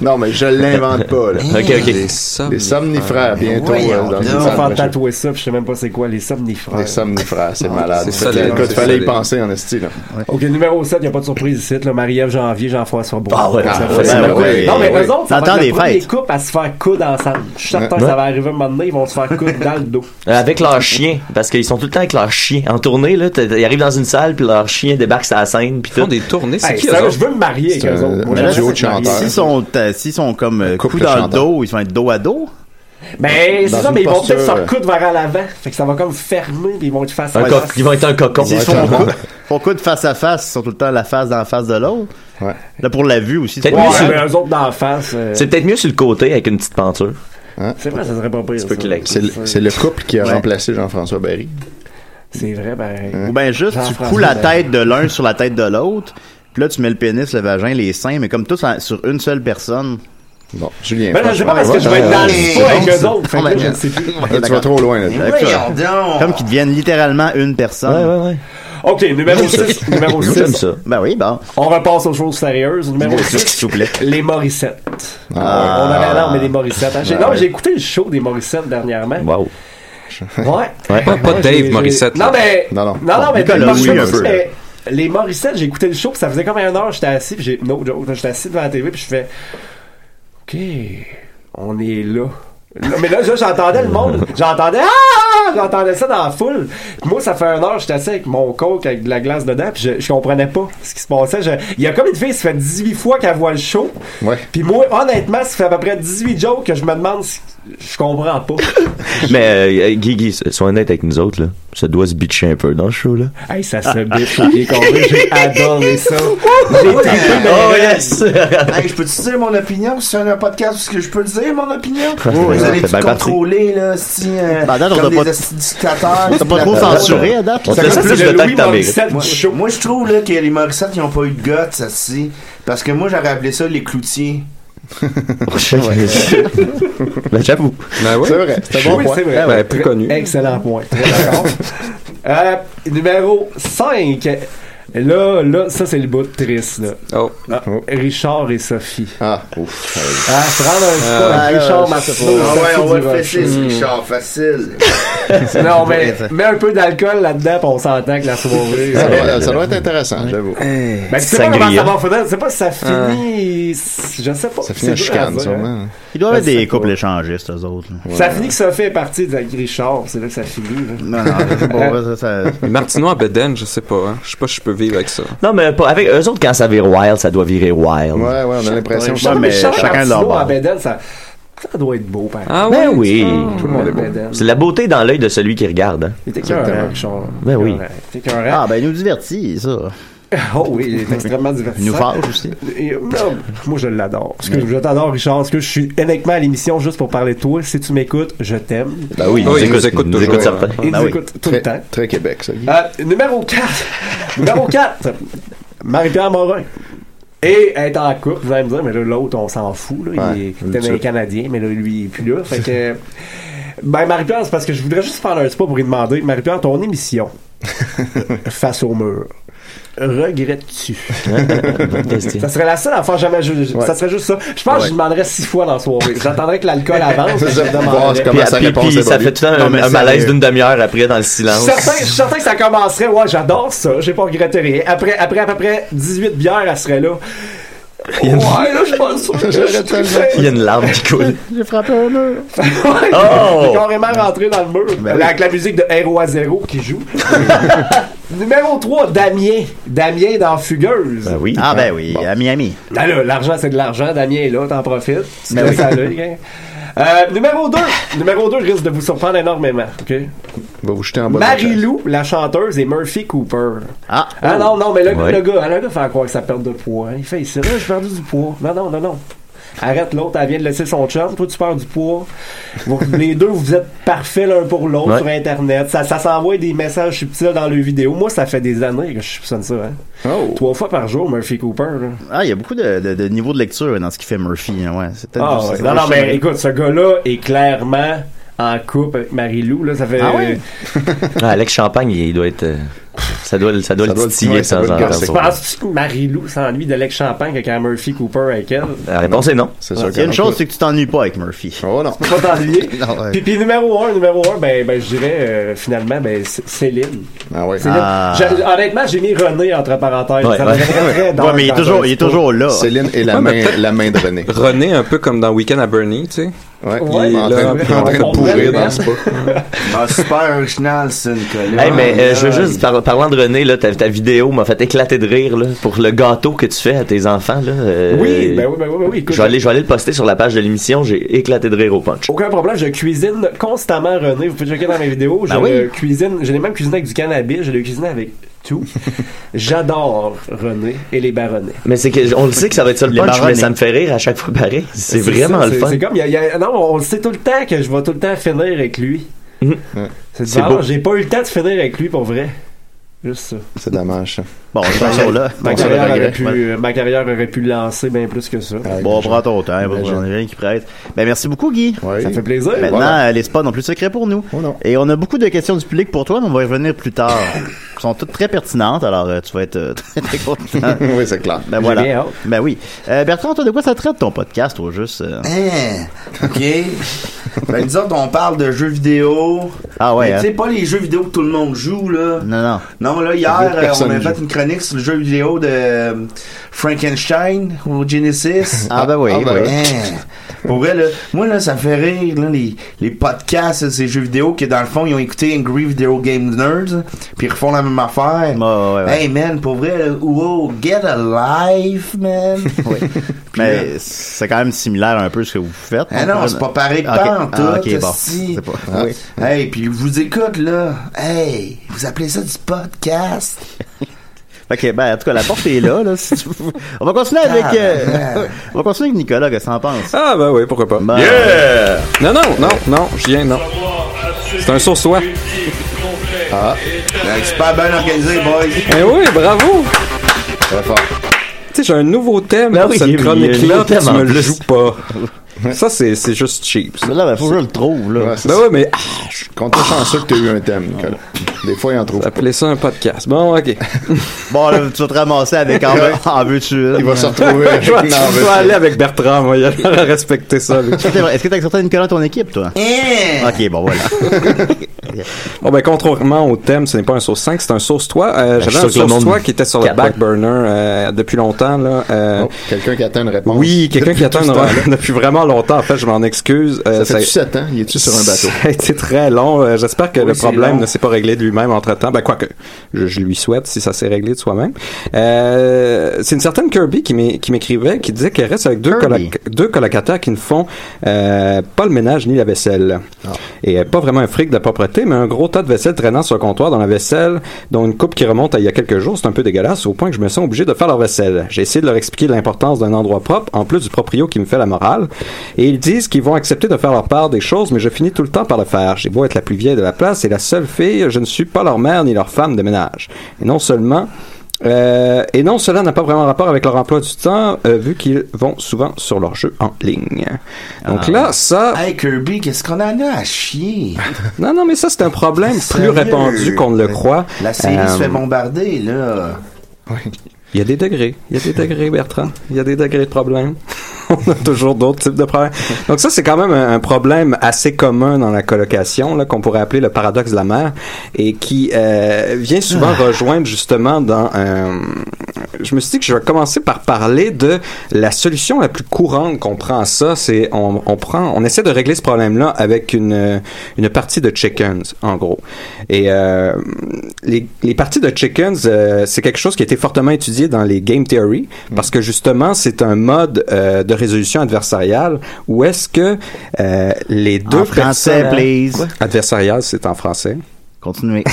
S4: Non, mais je l'invente pas, là.
S5: ok, ok.
S4: Les somnifères, bientôt. euh, dans une
S7: Ils vont
S4: salle
S7: faire
S4: de jeu.
S7: tatouer ça, puis je sais même pas c'est quoi, les somnifères.
S4: Les somnifères, Ah, c'est malade.
S6: c'est
S4: Fait
S6: solide,
S4: que, écoute,
S6: c'est
S4: fallait y
S6: solide.
S4: penser en esti, là. Ah,
S7: Ok, numéro 7, il n'y a pas de surprise ici. là. Marie-Ève Janvier, Jean-François Bourg.
S5: Ah ouais,
S7: Ça
S5: ah
S7: va.
S5: ouais,
S4: ben ouais.
S7: Non, mais
S4: Ouais.
S7: eux autres, ça
S3: Dans le
S7: va être
S3: temps
S7: le
S3: des
S7: premier
S3: fêtes.
S7: couple à se faire coudre ensemble. Je suis certain que
S5: Ouais.
S7: ça va arriver un moment donné, ils vont se faire coudre dans le dos.
S5: Euh, Avec leur chien, parce qu'ils sont tout le temps avec leur chien. En tournée, là, t'as- ils arrivent dans une salle, puis leur chien débarque sur la scène, puis
S6: Ils font
S5: tout.
S6: des tournées. C'est
S7: Hey,
S6: qui, eux
S7: sérieux,
S6: autres?
S7: je veux me marier avec
S4: C'est
S7: eux
S4: un-
S7: autres. Moi,
S4: un
S7: j'aimerais
S4: duo de
S7: ça me marier.
S4: chanteurs.
S3: S'ils sont, euh, s'ils sont comme euh,
S4: Couple
S3: coup
S4: de
S3: dans le
S4: chanteurs.
S3: dos, ils vont être dos à dos.
S7: Mais
S4: Dans
S7: Ben, c'est ça,
S4: une
S7: mais ils vont
S4: posture,
S7: peut-être
S4: euh,
S7: se coudre vers à l'avant. Fait que ça va comme fermer, puis ils vont être face
S5: Un
S7: à
S5: co-
S7: face.
S5: ils vont être un cocon.
S3: S'ils sont couple, font coup de face à face, ils sont tout le temps la face dans la face de l'autre.
S4: Ouais.
S3: Là, pour la vue aussi.
S5: Peut-être
S3: c'est-
S7: Ouais,
S5: Lui, c'est-
S7: mais eux autres dans la face. euh,
S5: C'est peut-être mieux sur le côté avec une petite peinture.
S7: C'est vrai, ça serait pas pire.
S5: peux
S7: ça.
S5: qu'il ait-
S4: C'est le- C'est le couple qui a
S3: Ouais.
S4: remplacé Jean-François Barry.
S7: C'est vrai, ben.
S3: Ou bien juste, tu
S7: Jean-François
S3: couds la
S7: Barry.
S3: tête de l'un sur la tête de l'autre. Puis là, tu mets le pénis, le vagin, les seins, mais comme tous en- sur une seule personne.
S4: Bon, Julien.
S7: Ben, là, je sais pas parce que je vais être dans le spa avec eux autres. Fait que là, je ne sais plus.
S4: franchement, là, tu vas trop loin, là.
S3: Comme qu'ils deviennent littéralement une personne.
S5: ouais.
S7: Ok, numéro 6. Numéro
S5: Nous, j'aime
S7: 6.
S5: ça.
S3: Ben oui, bon.
S7: On repasse aux choses sérieuses. Numéro 6.
S3: S'il vous plaît.
S7: Les Morissettes.
S4: Ah.
S7: on aurait l'air, mais les Morissettes. hein. J'ai-
S6: Ben
S7: non, j'ai écouté le show des Morissettes dernièrement.
S5: Wow.
S7: Ouais.
S6: Pas- pas
S7: Ouais,
S6: Dave
S7: j'ai- j'ai-
S6: Morissette,
S7: Non,
S6: là.
S7: mais.
S4: Non, non.
S7: Non, mais.
S3: Nicolas,
S7: parce que
S3: oui,
S7: je
S3: un
S7: me
S3: peu.
S7: dis, mais Les Morissettes, j'ai écouté le show, puis ça faisait comme un heure, j'étais assis, puis j'ai. No joke, là, j'étais assis devant la TV, puis je fais. OK. On est là. Là, mais là, là, j'entendais le monde. J'entendais. Ah! J'entendais ça dans la foule. Puis moi, ça fait un heure, j'étais assis avec mon coke, avec de la glace dedans, puis je, je comprenais pas ce qui se passait. Je- Il y a comme une fille, qui se fait 18 fois qu'elle voit le show.
S4: Ouais.
S7: Puis moi, honnêtement, ça fait à peu près 18 jokes que je me demande si je comprends pas.
S5: Mais euh, Guy, Guy, sois honnête avec nous autres, là. Ça doit se bitcher un peu dans le show, là.
S7: Hey, ça
S3: Ah,
S7: se biffe, les congrès, j'ai adoré ça. J'ai trippé, mais-
S5: Oh yes!
S1: Ah, Hey, je peux-tu dire mon opinion sur un podcast parce que je peux dire mon opinion?
S5: ouais,
S1: Vous
S5: ouais,
S1: allez
S5: c'est bien
S1: tout contrôler, là, si, euh,
S3: Ben, attends, on
S1: comme
S3: t'a
S1: des
S3: pas-
S1: esti dictateurs.
S3: T'as pas trop
S1: dictateurs.
S3: censuré à date?
S5: On te
S7: Ça,
S5: laisse
S7: c'est
S5: plus
S7: le
S5: le temps
S7: Louis
S5: que ta mère.
S7: Morissette
S1: Moi,
S7: du show.
S1: moi, je trouve, là, que les Morissette, ils ont pas eu de guts, ça, si. Parce que moi, j'aurais appelé ça les cloutiers.
S5: Ben j'avoue.
S6: Ben ouais.
S4: C'est vrai, c'est un bon
S7: Oui,
S4: point.
S7: c'est vrai.
S6: Ben,
S7: Ouais.
S6: plus connu.
S7: Excellent point. Très d'accord. Euh, numéro 5. Là, là, ça, c'est le bout de triste, là.
S6: Oh.
S7: Ah, Richard et Sophie.
S4: Ah, ouf.
S7: Ah, prendre un spa avec Richard Marceau.
S1: Ah
S7: Sophie
S1: ouais, on va le
S7: Durocher.
S1: fesser, ce Richard, facile.
S7: Non, mais mets un peu d'alcool là-dedans, puis on s'entend que la soirée.
S4: Ça
S7: euh,
S4: doit, ça doit être intéressant, j'avoue.
S7: Ben, tu sais pas
S5: Sangria.
S7: comment ça va finir. Tu sais pas si ça
S1: Ah.
S7: finit. Je sais pas.
S4: Ça finit en
S7: C'est dur à
S4: chicane,
S7: dire, hein.
S4: sûrement.
S3: Ils doivent être
S7: Ben,
S3: des
S7: c'est
S3: couples
S7: pas-
S3: échangistes, eux autres. là.
S7: Ça finit que Sophie est partie de Richard. C'est là que ça finit. là.
S3: Non, non, je sais pas, ça, ça-
S6: Martino à Beden, je sais pas. hein. Je sais pas si je peux vivre avec ça.
S5: Non, mais pas, avec eux autres, quand ça vire wild, ça doit virer wild.
S4: Ouais, ouais, on a l'impression. Ah
S3: Ouais, mais chacun de leur bord.
S7: à Beden, ça, ça doit être beau, par
S6: Ah
S5: Ben
S6: ouais,
S5: oui.
S7: Tout le monde est beau.
S5: C'est la beauté dans l'œil de celui qui regarde. hein.
S7: Il était qu'un
S4: Exactement.
S7: Richard.
S5: Ben oui.
S7: Il était qu'un
S3: Ah, ben, il nous divertit, ça.
S7: Oh oui, il est extrêmement
S3: Il nous
S7: divertissant.
S3: fâche aussi.
S7: Et, euh, non, moi, je l'adore. Parce que je t'adore, Richard. Parce que je suis uniquement à l'émission juste pour parler de toi. Si tu m'écoutes, je t'aime.
S5: Ben oui,
S6: Oui, ils nous
S5: écoute
S6: écoutent
S5: nous
S6: toujours.
S5: écoute certains.
S7: Il
S3: Ben
S7: nous
S3: oui.
S7: écoute tout
S4: Très,
S7: le temps.
S4: très Québec, ça. Guy.
S7: Euh, numéro 4. numéro 4. Marie-Pierre Morin. Et elle est en couple, vous allez me dire, mais là, l'autre, on s'en fout, là.
S4: Ouais,
S7: il était un Canadien, mais là, lui, il est plus là. Fait que. Ben, Marie-Pierre, c'est parce que je voudrais juste faire un spa pour lui demander, Marie-Pierre, ton émission, face au mur, regrettes-tu? Ça serait la seule à faire jamais. ju- ju-
S4: Ouais.
S7: Ça serait juste ça. Je pense que je demanderais six fois dans la soirée. J'attendrais que l'alcool avance.
S4: Ça,
S7: je
S4: ça,
S7: demanderais.
S4: voir comment
S5: Puis,
S4: sa
S5: puis-
S4: réponse
S5: puis ça
S4: évolue.
S5: fait tout le temps
S3: Non,
S5: un,
S3: mais
S5: un
S3: sérieux.
S5: malaise d'une demi-heure après dans le
S7: Je suis
S5: silence.
S7: certain- je suis certain que ça commencerait. Ouais, j'adore ça. J'ai pas regretté rien. Après, après à peu près 18 bières, elle serait là. Ouais, là, je pense que je
S4: J'aurais tellement-
S5: Il y a une larme qui coule.
S3: J'ai frappé un mur.
S7: Ouais,
S5: Oh!
S7: j'ai carrément rentré dans le mur.
S3: oui.
S7: Avec la musique de Hero à Zero qui joue. Numéro 3, Damien. Damien dans Fugueuse.
S5: Ben oui.
S3: Ah, ben oui, à Miami.
S7: Ah là, l'argent, c'est de l'argent. Damien est là, t'en profites. Tu
S3: Ben
S7: laisses à l'œil, hein. Euh, numéro 2. numéro 2 risque de vous surprendre énormément. ok?
S4: Va vous jeter en bas. de la chaise.
S7: Marie-Lou, la chanteuse, et Murphy Cooper.
S3: Ah,
S7: Ah non, non, mais le,
S5: Ouais.
S7: le gars, le gars fait croire que ça perd de poids. hein. Il fait, c'est vrai, j'ai perdu du poids. Non, non, non, non. Arrête l'autre, elle vient de laisser son chum, toi tu perds du poids. Vous- les deux, vous êtes parfaits l'un pour l'autre
S5: Ouais.
S7: sur Internet. Ça, ça s'envoie des messages subtils dans leurs vidéos. Moi, ça fait des années que je soupçonne ça. Hein.
S4: Oh.
S7: Trois fois par jour, Murphy Cooper. là.
S3: ah, il y a beaucoup de, de, de niveaux de lecture dans ce qui fait Murphy. hein, Ouais, c'est peut-être
S7: Ah,
S3: juste-
S7: ouais.
S3: c'est
S7: Non, non,
S3: juste-
S7: mais écoute, ce gars-là est clairement en couple avec Marie-Lou. Là, ça fait. euh,
S3: Ah ouais?
S5: Ah, Alex Champagne, il doit être. euh, Ça doit, ça doit
S4: Ça
S5: le
S4: doit-
S5: titiller
S4: ouais,
S5: de
S4: ça
S5: temps
S4: doit
S5: en
S4: le
S5: temps.
S4: casser.
S5: son-
S7: Penses-tu que Marie-Lou s'ennuie d'Alex Champagne que quand Murphy Cooper est avec elle?
S5: La réponse est non.
S4: C'est
S3: Ah,
S4: sûr
S3: Il y a une
S4: qu'on
S3: chose,
S4: peut-
S3: c'est que tu t'ennuies pas avec Murphy.
S4: Oh non.
S7: Pas t'ennuyer.
S4: Non, ouais.
S7: puis, puis numéro 1, numéro 1, ben, ben je dirais euh, finalement, ben, C- Céline.
S4: Ah ouais.
S7: Céline.
S3: Ah.
S7: J'ai- honnêtement, j'ai mis René entre parenthèses.
S5: Ouais.
S7: Ça me mettrait très dans
S3: Ouais, mais il est
S7: dans
S3: toujours,
S7: un
S3: il est
S7: spa.
S3: toujours
S6: Ah.
S3: là.
S4: Céline et la main, la main de René.
S6: René, un peu comme dans Weekend à Bernie, tu sais.
S4: Ouais.
S7: Ouais,
S4: en,
S6: là,
S4: train,
S6: puis
S4: en train
S7: on
S4: de pourrir
S7: pourrait
S4: dans
S7: le
S4: ce pas.
S1: Ah, super original, c'est une colline.
S5: Hey, mais euh, je veux juste, par- parlant de René, là, ta, ta vidéo m'a fait éclater de rire là, pour le gâteau que tu fais à tes enfants. Là, euh,
S7: Oui, ben oui, ben oui, ben oui. Écoute,
S5: Je vais, aller, je vais aller le poster sur la page de l'émission. J'ai éclaté de rire au punch.
S7: Aucun problème, je cuisine constamment René. Vous pouvez checker dans mes vidéos. Je
S3: Ben oui.
S7: le cuisine, je l'ai même cuisiné avec du cannabis, je l'ai cuisiné avec tout. J'adore René et les baronnets.
S5: Mais c'est que on le sait que ça va être ça le
S3: Les
S5: punch,
S3: marronnés.
S5: mais ça me fait rire à chaque fois pareil. C'est vraiment
S7: ça,
S5: le
S7: c'est-
S5: fun.
S7: C'est comme, il y a- il y a- non, on le sait tout le temps que je vais tout le temps finir avec lui.
S5: Mhm.
S7: C'est
S5: C'est
S7: bizarre,
S5: beau.
S7: j'ai pas eu le temps de finir avec lui pour vrai. Juste ça.
S4: C'est dommage. ça.
S3: Bon, de toute façon, là.
S7: Ma
S4: Bon, ça,
S7: carrière,
S4: le regret,
S7: aurait pu, euh, ma carrière aurait pu lancer bien plus que ça.
S4: Ouais.
S3: Bon, prends ton temps, hein, parce que
S4: Imagine.
S3: j'en ai rien qui prête. Ben, merci beaucoup, Guy.
S4: Ouais.
S7: Ça fait plaisir.
S5: Ben,
S3: Maintenant,
S4: voilà.
S3: euh, les spots n'ont plus de secret pour nous.
S4: Oh non.
S3: Et on a beaucoup de questions du public pour toi, mais on va y revenir plus tard. Elles sont toutes très pertinentes, alors euh, tu vas être euh, très, très content.
S4: oui, c'est clair.
S3: Ben
S7: bien
S3: voilà.
S7: hâte.
S3: Ben oui. Euh, Bertrand, toi, de quoi ça traite ton podcast au juste? euh?
S1: Hein? OK. ben, nous autres, on parle de jeux vidéo.
S3: Ah ouais,
S1: Mais
S3: hein?
S1: Tu sais, pas les jeux vidéo que tout le monde joue, là.
S3: Non, non.
S1: Non, là, hier,
S4: Beaucoup de
S1: euh, on
S4: personnes
S1: a
S4: jouent.
S1: fait une chronique sur le jeu vidéo de euh, Frankenstein au Genesis.
S3: Ah ben oui,
S4: Ah, ben
S3: oui.
S1: Hein. Pour vrai, là, moi, là, ça me fait rire, là, les, les podcasts, là, ces jeux vidéo que, dans le fond, ils ont écouté Angry Video Game Nerds, puis ils refont la même affaire.
S3: Bah, Ouais, ouais, ouais.
S1: Hey, man, pour vrai, là, wow, get a life, man. Puis, là,
S3: Mais c'est quand même similaire un peu ce que vous faites. hein,
S1: Ah non, c'est pas pareil
S3: Ok.
S1: pas en tout.
S3: Ah, ok, bon.
S1: esti.
S3: C'est pas-
S1: Ah. Hey, puis je vous écoute là. Hey, vous appelez ça du podcast
S3: Ok, ben en tout cas, la porte est là. là si tu veux. On va continuer avec... euh, on va continuer avec Nicolas, qu'est-ce que t'en penses?
S6: Ah, ben oui, pourquoi pas.
S3: Ben,
S6: Non, non, non, non, je viens, non. C'est un source-soi.
S4: Ah. Ben,
S1: Hey, Super bien organisé, boys.
S6: Eh oui, bravo!
S4: Très fort.
S6: Tu sais, j'ai un nouveau thème
S5: Ben
S6: pour
S5: oui, il y
S6: cette
S5: a- il y a un nouveau
S6: chronique-là, puis
S5: thème
S6: tu
S5: en
S6: me le
S5: plus.
S6: joues pas. Ça, c'est c'est juste cheap. ça.
S3: Là, ben, faut que je le trouve, là.
S4: Ouais, c'est
S6: Ben
S4: ça.
S6: ouais, mais ah, je
S4: Compte pas chanceux que t'aies eu un thème, Nicolas. Des fois, il en trouve.
S6: appelais ça un podcast. Bon, ok.
S3: Bon, là, tu vas te ramasser avec en,
S4: Ouais.
S3: en veux-tu.
S4: Il va se retrouver avec
S6: Je vais,
S4: une
S6: je vais
S4: envie.
S6: aller avec Bertrand, moi, il a l'air à respecter ça. lui.
S3: C'est vrai. Est-ce que t'as accepté Nicolas dans ton équipe, toi?
S1: Hein?
S3: Ok, bon, voilà.
S6: Bon, ben, contrairement au thème, ce n'est pas un source 5, c'est un source 3. Euh,
S5: Ben, je suis
S6: J'avais
S5: sûr que
S6: un
S5: le
S6: source
S5: monde
S6: 3 qui était sur le
S5: capote.
S6: back burner euh, depuis longtemps, là. Euh,
S4: Oh, Quelqu'un qui attend une réponse.
S6: Oui, quelqu'un qui
S4: Depuis
S6: attend
S4: tout ce
S6: une-
S4: temps-là.
S6: depuis vraiment longtemps, en fait, je m'en excuse. Euh,
S4: Ça fait 7 ans, il est-tu sur un bateau?
S6: Ça a été très long. Euh, J'espère que le
S1: c'est
S6: problème
S1: long.
S6: ne s'est pas réglé de lui-même entre-temps. Ben, quoique, je, je lui souhaite si ça s'est réglé de soi-même. Euh, c'est une certaine Kirby qui m'é- qui m'écrivait, qui disait qu'elle reste avec deux,
S3: Kirby.
S6: colloc- deux colocataires qui ne font euh, pas le ménage ni la vaisselle. Et euh, pas vraiment un fric de propreté, mais un gros tas de vaisselle traînant sur le comptoir dans la vaisselle, dont une coupe qui remonte à il y a quelques jours. C'est un peu dégueulasse, au point que je me sens obligé de faire leur vaisselle. J'ai essayé de leur expliquer l'importance d'un endroit propre, en plus du proprio qui me fait la morale. Et ils disent qu'ils vont accepter de faire leur part des choses, mais je finis tout le temps par le faire. J'ai beau être la plus vieille de la place et la seule fille, je ne suis pas leur mère ni leur femme de ménage. Et non seulement... euh, et non, cela n'a pas vraiment rapport avec leur emploi du temps, euh, vu qu'ils vont souvent sur leur jeu en ligne. Donc là, ça...
S1: Hey Kirby, qu'est-ce qu'on en a à chier?
S6: Non, non, mais ça, c'est un problème plus
S1: Sérieux?
S6: répandu qu'on ne le croit.
S1: La série
S6: Euh,
S1: se fait bombarder, là.
S6: Il y a des degrés. Il y a des degrés, Bertrand. Il y a des degrés de problèmes. On a toujours d'autres types de problèmes. Donc ça, c'est quand même un un problème assez commun dans la colocation, là, qu'on pourrait appeler le paradoxe de la mer, et qui euh, vient souvent
S1: Ah.
S6: rejoindre justement dans... euh, je me suis dit que je vais commencer par parler de la solution la plus courante qu'on prend à ça, c'est on, on prend, on essaie de régler ce problème-là avec une, une partie de chickens, en gros. Et euh, les, les parties de chickens, euh, c'est quelque chose qui a été fortement étudié dans les game theory, parce que justement, c'est un mode euh, de résolution adversariale où est-ce que euh, les deux
S3: En français,
S1: hein?
S6: personnes-
S3: please.
S6: Ouais. Adversariale, c'est en français
S3: Continuez.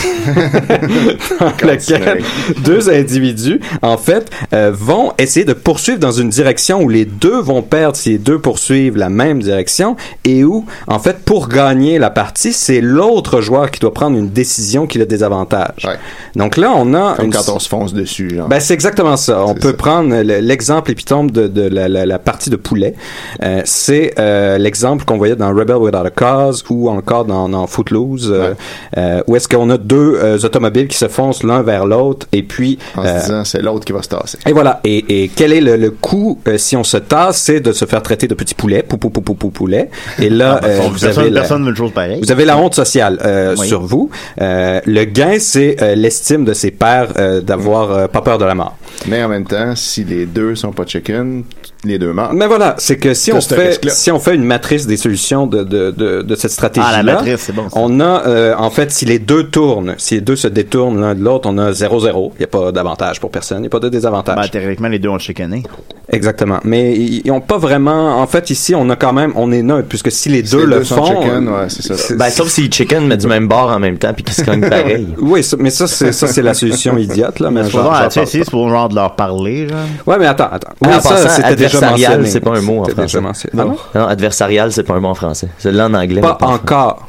S6: dans lequel deux individus, en fait, euh, vont essayer de poursuivre dans une direction où les deux vont perdre si les deux poursuivent la même direction et où, en fait, pour gagner la partie, c'est l'autre joueur qui doit prendre une décision qui le désavantage.
S4: Ouais.
S6: Donc là, on a
S4: Comme
S6: une-
S4: quand on se fonce dessus, genre.
S6: ben, c'est exactement ça. On
S4: C'est
S6: peut
S4: ça.
S6: prendre le- l'exemple épitombe de, de la, la- la partie de poulet. Euh, c'est euh, l'exemple qu'on voyait dans Rebel Without a Cause ou encore dans, dans Footloose, euh,
S4: Ouais.
S6: euh, où est-ce qu'on a deux euh, automobiles qui se foncent l'un vers l'autre et puis...
S4: en
S6: euh,
S4: se disant, Ah, c'est l'autre qui va se tasser.
S6: et voilà. Et, et quel est le, le coût euh, si on se tasse C'est de se faire traiter de petit poulet, pou pou pou pou pou poulet.
S1: Ah,
S6: Et
S4: Ah,
S6: là,
S4: ben,
S6: euh, vous
S3: personne
S6: avez
S3: ne
S6: la-
S3: personne veut une chose pareille.
S6: vous avez la honte sociale euh,
S3: Oui.
S6: sur vous. Euh, le gain, c'est euh, l'estime de ses pairs euh, d'avoir euh, pas peur de la mort.
S4: Mais en même temps, si les deux sont pas chicken, les deux meurent.
S6: Mais voilà, c'est que si
S4: T'as
S6: on
S4: ce
S6: fait
S4: risque-là.
S6: si on fait une matrice des solutions de de de, de cette stratégie là,
S3: Ah, la matrice, c'est bon, ça.
S6: on a euh, en fait si les deux tournent, si les deux se détournent l'un de l'autre, on a 0-0. Il y a pas d'avantage pour personne, il y a pas de désavantage.
S3: Ben, théoriquement, les deux ont chicané.
S6: Exactement. Mais ils ils ont pas vraiment en fait ici on a quand même on est neutre puisque si les deux
S4: les
S6: le
S4: deux sont
S6: font euh,
S4: chicken,
S6: on-
S4: ouais, c'est ça.
S6: c'est-
S5: Ben, sauf si Chicken met du même bord en même temps puis qu'ils se cognent pareil.
S6: oui, ça- mais ça c'est ça c'est la solution idiote là, mais
S3: Mais
S6: je
S3: souvent, tu sais, c'est pour genre de leur parler, genre.
S6: Ouais, mais attends, attends.
S5: Oui,
S6: Ah,
S5: en
S6: ça
S5: passant,
S6: c'était déjà
S5: adversarial,
S6: mentionné.
S5: c'est pas un mot en
S6: C'était
S5: français.
S6: déjà mentionné.
S3: Ah bon?
S5: Non, adversarial, c'est pas un mot en français. C'est là en anglais.
S6: Pas
S5: mais en français.
S6: encore.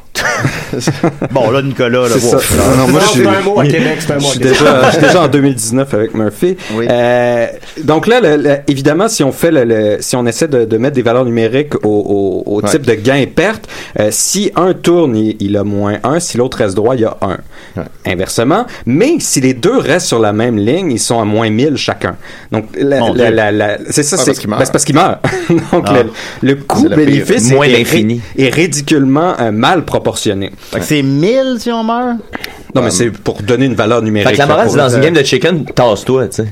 S3: Bon, là, Nicolas, là,
S6: C'est ça.
S3: wow.
S6: Non, moi,
S7: Non,
S6: je suis-
S7: c'est un mot à Québec, c'est un
S6: Je
S7: mot à
S6: suis
S7: Québec.
S6: déjà, je suis déjà en 2019 avec Murphy.
S3: Oui.
S6: Euh, donc là, le- le- évidemment, si on fait le, le- si on essaie de, de mettre des valeurs numériques au, au- au type de gain et perte, euh, si un tourne, il, il a moins un. Si l'autre reste droit, il y a un. Inversement. Mais si les deux restent sur la même ligne, ils sont à moins 1000 chacun. Donc la-
S3: Mon
S6: la-
S3: Dieu.
S6: la- la- c'est ça,
S4: Ah,
S6: c'est
S4: parce qu'il meurt.
S6: ben, c'est parce qu'il meurt. donc
S3: Ah.
S6: le, le coût
S4: C'est le pire.
S6: bénéfice
S5: Moins
S6: est,
S5: l'infini.
S6: est ridiculement euh, mal proportionné.
S3: Fait que c'est 1000 si on meurt?
S6: Non, mais c'est pour donner une valeur numérique.
S5: Fait que la
S6: là,
S5: morale,
S6: pour-
S5: c'est dans une game de Chicken, tasse-toi, tu sais.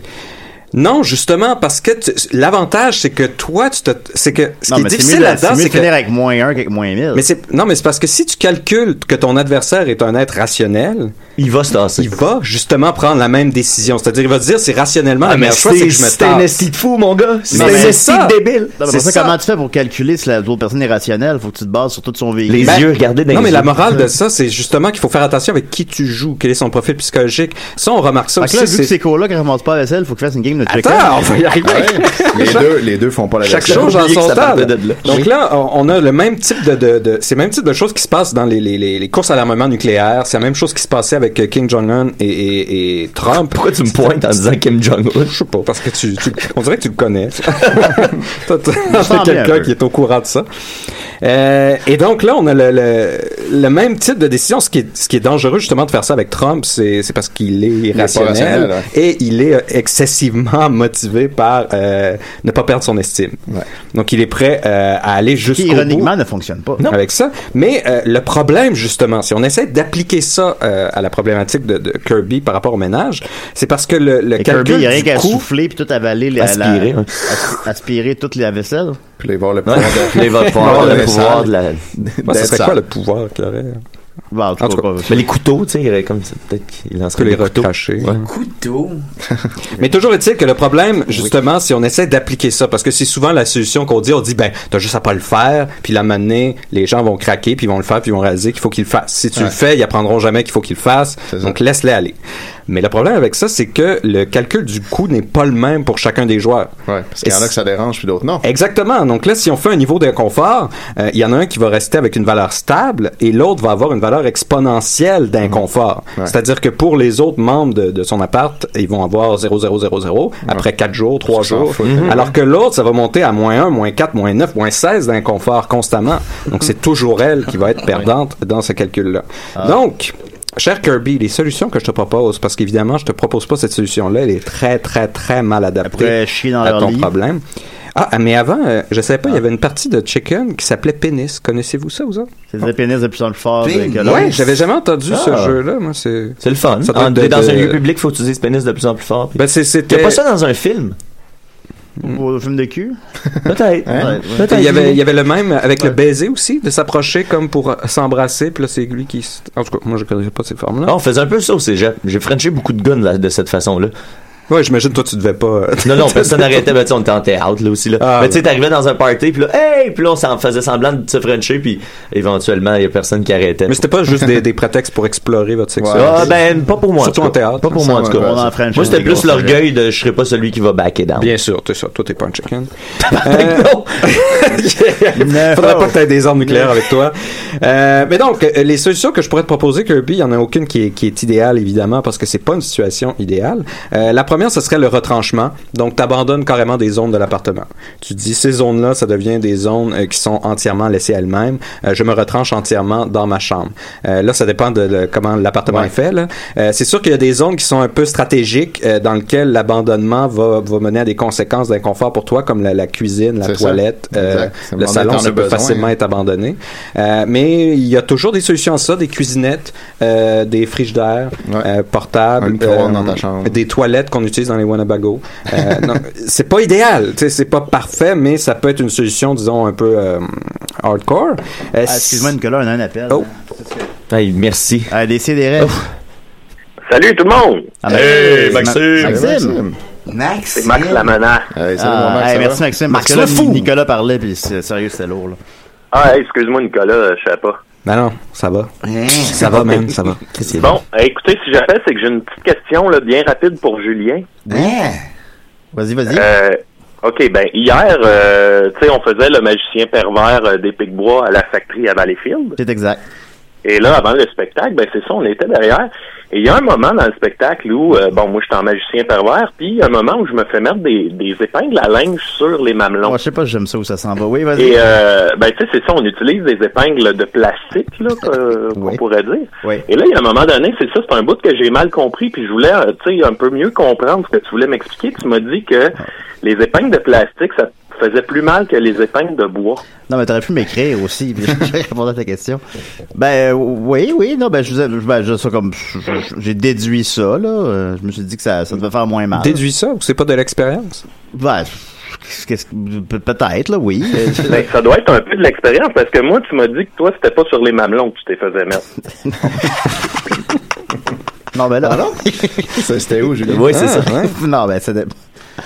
S6: Non, justement, parce que tu- l'avantage, c'est que toi, tu te, c'est que ce qui est
S3: mais c'est
S6: difficile
S3: mieux, de- c'est
S6: là-dedans,
S3: mieux
S6: c'est
S3: de
S6: que
S3: finir avec moins 1 qu'avec moins 1000.
S6: mais c'est non, mais c'est parce que si tu calcules que ton adversaire est un être rationnel,
S5: Il va se tasser.
S6: il va justement prendre la même décision. C'est-à-dire, il va dire c'est rationnellement
S5: Ah,
S6: la
S5: mais
S6: meilleure chose, c'est que je me
S5: c'était un
S6: tasse.
S5: esti de fou, mon gars. C'était
S6: mais
S5: un
S6: c'est
S5: esti
S6: ça.
S5: de débile.
S3: Non, mais
S6: c'est
S3: pour ça,
S6: ça.
S3: comment tu fais pour calculer si la- l'autre personne est rationnelle? Faut que tu te bases sur tout son véhicule.
S5: Les
S6: Ben,
S5: yeux, regardez dans
S6: Non,
S5: les
S6: mais
S5: yeux.
S6: la morale de ça, c'est justement qu'il faut faire attention avec qui tu joues, quel est son profil psychologique. Ça, on remarque ça
S3: Fait que là,
S6: aussi.
S3: vu que
S6: c'est-
S3: ces cours-là, quand ils ramassent pas la vaisselle, faut qu'ils fassent une game de checker.
S6: Attends, on va y arriver.
S3: Ah
S4: les, deux, les deux font pas la
S6: Chaque
S4: version.
S6: chose en
S5: oublié que
S6: son
S5: ça
S6: temps.
S5: partait
S6: là.
S5: de là.
S6: Donc
S5: Oui.
S6: là, on on a le même type de, de, de c'est le même type de choses qui se passent dans les, les, les, les courses à l'armement nucléaire. C'est la même chose qui se passait avec euh, Kim Jong-un et, et, et Trump.
S5: Pourquoi tu me pointes en disant Kim Jong-un?
S6: Je sais pas, parce que tu, tu- on dirait que tu le connais. Toi, tu-
S3: sens bien un
S6: quelqu'un
S3: peu.
S6: qui est au courant de ça. Euh, et donc là, on a le, le, le même type de décision. Ce qui, est, ce qui est dangereux justement de faire ça avec Trump, c'est c'est parce qu'il est
S4: pas
S6: irrationnel
S4: rationnel, ouais.
S6: et il est euh, excessivement motivé par euh, ne pas perdre son estime. Donc il est prêt euh, à aller
S3: Qui,
S6: jusqu'au bout
S3: ironiquement, ne fonctionne pas.
S6: avec ça. Mais euh, le problème, justement, si on essaie d'appliquer ça euh, à la problématique de, de Kirby par rapport au ménage, c'est parce que le, le
S3: Et
S6: calcul
S3: Kirby, il n'y a rien
S6: du
S3: qu'à
S6: coût-
S3: souffler puis tout avaler, la, la-
S5: Aspirer, ouais.
S3: as- aspirer toute la vaisselle.
S4: Puis là, il va avoir le pouvoir de-
S5: Les va pouvoir,
S4: Non,
S5: euh, le
S4: mais
S5: pouvoir
S4: ça-
S5: de la.
S6: Moi,
S4: d'être
S6: ce serait
S4: ça.
S6: quoi le pouvoir qu'il aurait
S3: Bah, en tout
S6: En tout
S3: cas,
S6: cas,
S3: pas-
S5: Mais les couteaux, tu sais, il aurait comme ça, peut-être qu'il
S6: Que
S5: lancerait
S6: les
S5: des couteaux.
S6: recracher.
S5: Ouais.
S8: Couteau.
S6: Mais toujours est-il que le problème, justement, si on essaie d'appliquer ça, parce que c'est souvent la solution qu'on dit, on dit, ben, t'as juste à pas le faire, puis la manée, les gens vont craquer, puis ils vont le faire, puis ils vont réaliser qu'il faut qu'ils le fassent. Si tu le fais, ils apprendront jamais qu'il faut qu'ils le fassent,
S4: C'est ça.
S6: donc laisse-les aller. Mais le problème avec ça, c'est que le calcul du coût n'est pas le même pour chacun des joueurs.
S4: Ouais, parce qu'il y en a que ça dérange, puis d'autres non.
S6: Exactement. Donc là, si on fait un niveau d'inconfort, euh, il y en a un qui va rester avec une valeur stable et l'autre va avoir une valeur exponentielle d'inconfort.
S4: Ouais.
S6: C'est-à-dire que pour les autres membres de, de son appart, ils vont avoir 0,000 après 4 jours, 3
S4: Ça hein. s'en
S6: jours.
S4: fout.
S6: Alors que l'autre, ça va monter à moins 1, moins 4, moins 9, moins 16 d'inconfort constamment. Donc c'est toujours elle qui va être perdante dans ce calcul-là.
S4: Ah.
S6: Donc... Cher Kirby, les solutions que je te propose, parce qu'évidemment, je te propose pas cette solution-là, elle est très, très, très mal adaptée
S3: pourrait chier dans
S6: à
S3: leur
S6: ton
S3: lit.
S6: problème. Ah, ah, mais avant, euh, je savais
S5: Ah.
S6: pas, il y avait une partie de Chicken qui s'appelait Pénis. Connaissez-vous ça, vous autres?
S3: C'est des pénis de plus en plus fort.
S1: Pénis.
S3: que
S1: Non.
S6: Ouais, j'avais jamais entendu ce
S5: Ah.
S6: jeu-là, moi, c'est...
S5: C'est le fun.
S6: Ça doit
S5: En-
S6: être de-
S5: dans un
S6: de-
S5: lieu public, faut utiliser ce pénis de plus en plus fort. puis-
S6: Ben, c'est-
S5: Y a
S6: c'était...
S5: pas ça dans un film?
S3: Au film de cul.
S5: Peut-être.
S3: Hein?
S5: Ouais.
S3: Ouais.
S5: Peut-être.
S6: Il y, avait, il y avait le même avec le baiser aussi, de s'approcher comme pour euh, s'embrasser, puis là c'est lui qui... s- En tout cas, moi je connais pas ces formes-là.
S5: Ah, on faisait un peu ça au cégep. J'ai frenché beaucoup de guns là, de cette façon-là.
S6: Ouais, j'imagine toi tu devais pas... euh,
S5: Non, non, personne n'arrêtait. Ben, tu sais, on était en théâtre, là aussi. Là.
S6: Ah,
S5: mais tu sais, t'arrivais dans un party, puis là, hey! Puis là, on s'en faisait semblant de se frencher, puis éventuellement, il y a personne qui arrêtait.
S6: mais c'était pas juste des, des prétextes pour explorer votre sexualité.
S5: Ah, ben, pas pour moi.
S6: Surtout
S5: en tout
S6: en
S5: cas.
S6: théâtre. hein.
S5: Pas pour
S4: Ça,
S5: moi, en tout
S4: ouais,
S5: cas.
S4: ouais.
S3: On en French.
S5: Moi, c'était
S3: des
S5: plus
S3: grosses
S5: l'orgueil de je serai pas celui qui va backer down.
S6: Bien sûr, t'es sûr, toi t'es pas un chicken. Euh,
S5: Non.
S3: No.
S6: Faudrait pas que t'aies des armes nucléaires avec toi. Euh, mais donc, euh, les solutions que je pourrais te proposer, Kirby, il y en a aucune qui est, qui est idéale, évidemment, parce que c'est pas une situation idéale. Euh, la première, ce serait le retranchement. Donc, t'abandonnes carrément des zones de l'appartement. Tu te dis, ces zones-là, ça devient des zones euh, qui sont entièrement laissées à elles-mêmes. Euh, je me retranche entièrement dans ma chambre. Euh, là, ça dépend de, le- comment l'appartement est fait. là. Euh, c'est sûr qu'il y a des zones qui sont un peu stratégiques euh, dans lesquelles l'abandonnement va, va mener à des conséquences d'inconfort pour toi, comme la, la cuisine, la
S4: C'est ça.
S6: toilette, euh,
S4: Exact. C'est
S6: le
S4: un moment donné,
S6: salon,
S4: t'en
S6: ça
S4: as
S6: peut
S4: besoin,
S6: facilement
S4: hein.
S6: être abandonné. Euh, mais il y a toujours des solutions à ça, des cuisinettes, euh, des frigidaires,
S4: Ouais.
S6: euh,
S4: Un
S6: portables, euh,
S4: micro-ondes dans ta chambre.
S6: des toilettes qu'on utilise dans les Winnebago. Euh, non, c'est pas idéal, tu sais, c'est pas parfait, mais ça peut être une solution, disons, un peu euh, hardcore. Euh,
S3: Ah, Excuse-moi, Nicolas, on a un appel.
S6: Oh.
S5: Hey, merci.
S3: Ah, des CDR.
S4: Oh.
S9: Salut tout le monde!
S3: Ah, ben,
S5: Hey,
S3: Ma-
S5: Maxime.
S3: Maxime.
S1: Max.
S9: C'est Max Lamana.
S4: Allez, salut, mon
S3: Ah,
S4: Max,
S3: hey,
S4: ça va?
S3: merci Maxime.
S5: Max
S3: parce que là,
S5: le fou.
S3: Nicolas parlait, puis c'est- sérieux, c'était lourd. Là.
S9: Ah, hey, excuse-moi Nicolas, euh, je sais pas.
S6: Ben non, ça va.
S3: Hein?
S6: Ça va, même, ça va.
S9: Bon, euh, écoutez, si j'appelle, c'est que j'ai une petite question là, bien rapide pour Julien.
S3: Vas-y, vas-y.
S9: Euh, OK, ben hier, euh, tu sais, on faisait le magicien pervers euh, des Picbois à la factory à Valleyfield.
S3: C'est exact.
S9: Et là, avant le spectacle, ben c'est ça, on était derrière. Et il y a un moment dans le spectacle où, euh, bon, moi, je suis en magicien pervers, puis il y a un moment où je me fais mettre des, des épingles à linge sur les mamelons.
S3: Moi, je sais pas si j'aime ça où ça s'en va. Oui,
S9: Et
S3: vas-y.
S9: euh, ben tu sais c'est ça, on utilise des épingles Euh, de plastique là que- qu'on
S3: Oui.
S9: pourrait dire.
S3: Oui.
S9: Et là il y a un moment donné, c'est ça, c'est un bout que j'ai mal compris puis je voulais euh, tu sais un peu mieux comprendre ce que tu voulais m'expliquer. Tu m'as dit que les épingles de plastique ça faisait plus mal que les épingles de bois.
S3: Non, mais t'aurais pu m'écrire aussi, puis je vais répondre à ta question. Ben, euh, oui, oui, non, ben, je vous ai- ben, je- ça comme, je- je- j'ai déduit ça, là. Euh, Je me suis dit que ça, ça devait faire moins mal.
S6: Déduis ça, ou c'est pas de l'expérience?
S3: Ben, qu'est-ce- qu'est-ce que- pe- peut-être, là, oui. Euh,
S9: Ben, ça doit être un peu de l'expérience parce que moi tu m'as dit que toi c'était pas sur les mamelons que tu t'es faisais mettre.
S3: non, ben là, non.
S4: Ça, C'était où, Julien?
S5: Oui, c'est ça.
S3: non, ben, ça dé-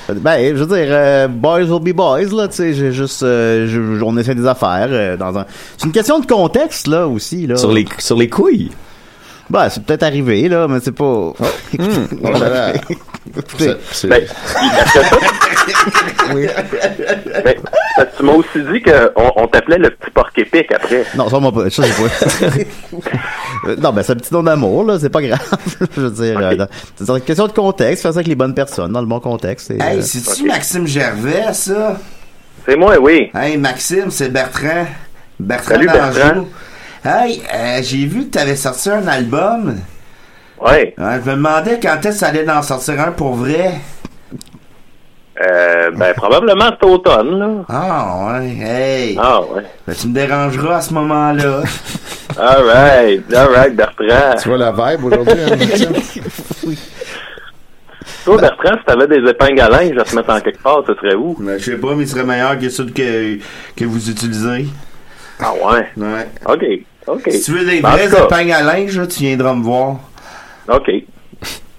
S3: Ben, je veux dire, euh, boys will be boys, là, tu sais, j'ai juste, euh, je- je- on essaie des affaires euh, dans un... C'est une question de contexte, là, aussi, là.
S5: Sur les, sur les couilles.
S3: Ben, c'est peut-être arrivé, là, mais c'est pas...
S4: Oh là là. Ça, c'est-
S9: Ben, parce que ça- Ben, parce que tu m'as aussi dit qu'on on, t'appelait le petit porc épic après.
S3: Non, ça, on m'a pas. Ça, j'ai pas. Euh, non, ben, c'est un petit nom d'amour, là. C'est pas grave. je veux dire, euh, dans- c'est une question de contexte. Faire ça avec les bonnes personnes, dans le bon contexte. et, euh,
S1: Hey, c'est-tu Maxime Gervais, ça?
S9: C'est moi, oui.
S1: Hey, Maxime, c'est Bertrand. Bertrand
S9: Salut,
S1: d'Anjou.
S9: Bertrand.
S1: Hey, euh, j'ai vu que t'avais sorti un album.
S9: Ouais.
S1: Euh, je me demandais quand est-ce que ça allait en sortir un pour vrai.
S9: Euh, ben, probablement cet automne, là.
S1: Ah, ouais, hey.
S9: Ah, ouais.
S1: Ben, tu me dérangeras à ce moment-là.
S9: Alright, alright, Bertrand.
S4: Tu vois la vibe aujourd'hui, hein, Maxime?
S9: Toi,
S5: Ben
S9: Bertrand, si t'avais des épingles à linge à te mettre en quelque part, ce serait où?
S1: Mais Ben, je sais pas, mais il serait meilleur que ceux que, que vous utilisez.
S9: Ah ouais?
S1: Ouais.
S9: OK. OK.
S1: Si tu veux des
S9: Ben, en
S1: vraies
S9: tout cas,
S1: épingles à linge, là, tu viendras me voir.
S9: OK.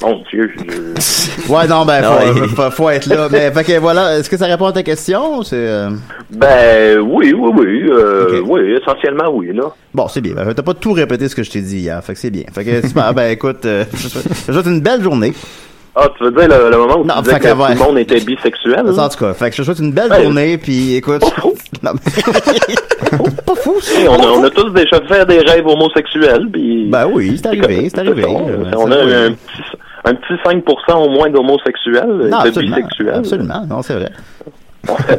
S9: Mon Dieu, je- je-
S3: Ouais, non, ben, faut,
S5: Ouais.
S3: faut- faut être là. Mais, fait que voilà, est-ce que ça répond à ta question? ou C'est, euh,
S9: Ben oui, oui, oui. euh,
S3: Ok.
S9: Oui, essentiellement oui, là.
S3: Bon, c'est bien. Ben, t'as pas tout répété ce que je t'ai dit hier. Fait que c'est bien. Fait que, super. ben, écoute, euh, je te je te souhaite une belle journée.
S9: Ah, tu veux dire le, le moment où
S3: Non,
S9: tu disais
S3: fait
S9: que tout
S3: qu'avant-
S9: le monde était bisexuel? Ben,
S3: En tout cas, fait que je te souhaite une belle
S9: Ouais.
S3: journée, puis écoute. Non, mais- pas fou, ça.
S9: Hey, on, a, on a tous déjà fait des rêves homosexuels, puis...
S3: Ben oui, c'est arrivé, c'est arrivé.
S9: On,
S3: Euh,
S9: on
S3: ça
S9: a
S3: va.
S9: un petit, un petit 5% au moins d'homosexuels,
S3: Non,
S9: de
S3: absolument.
S9: bisexuels.
S3: Absolument, non, c'est vrai. Ben,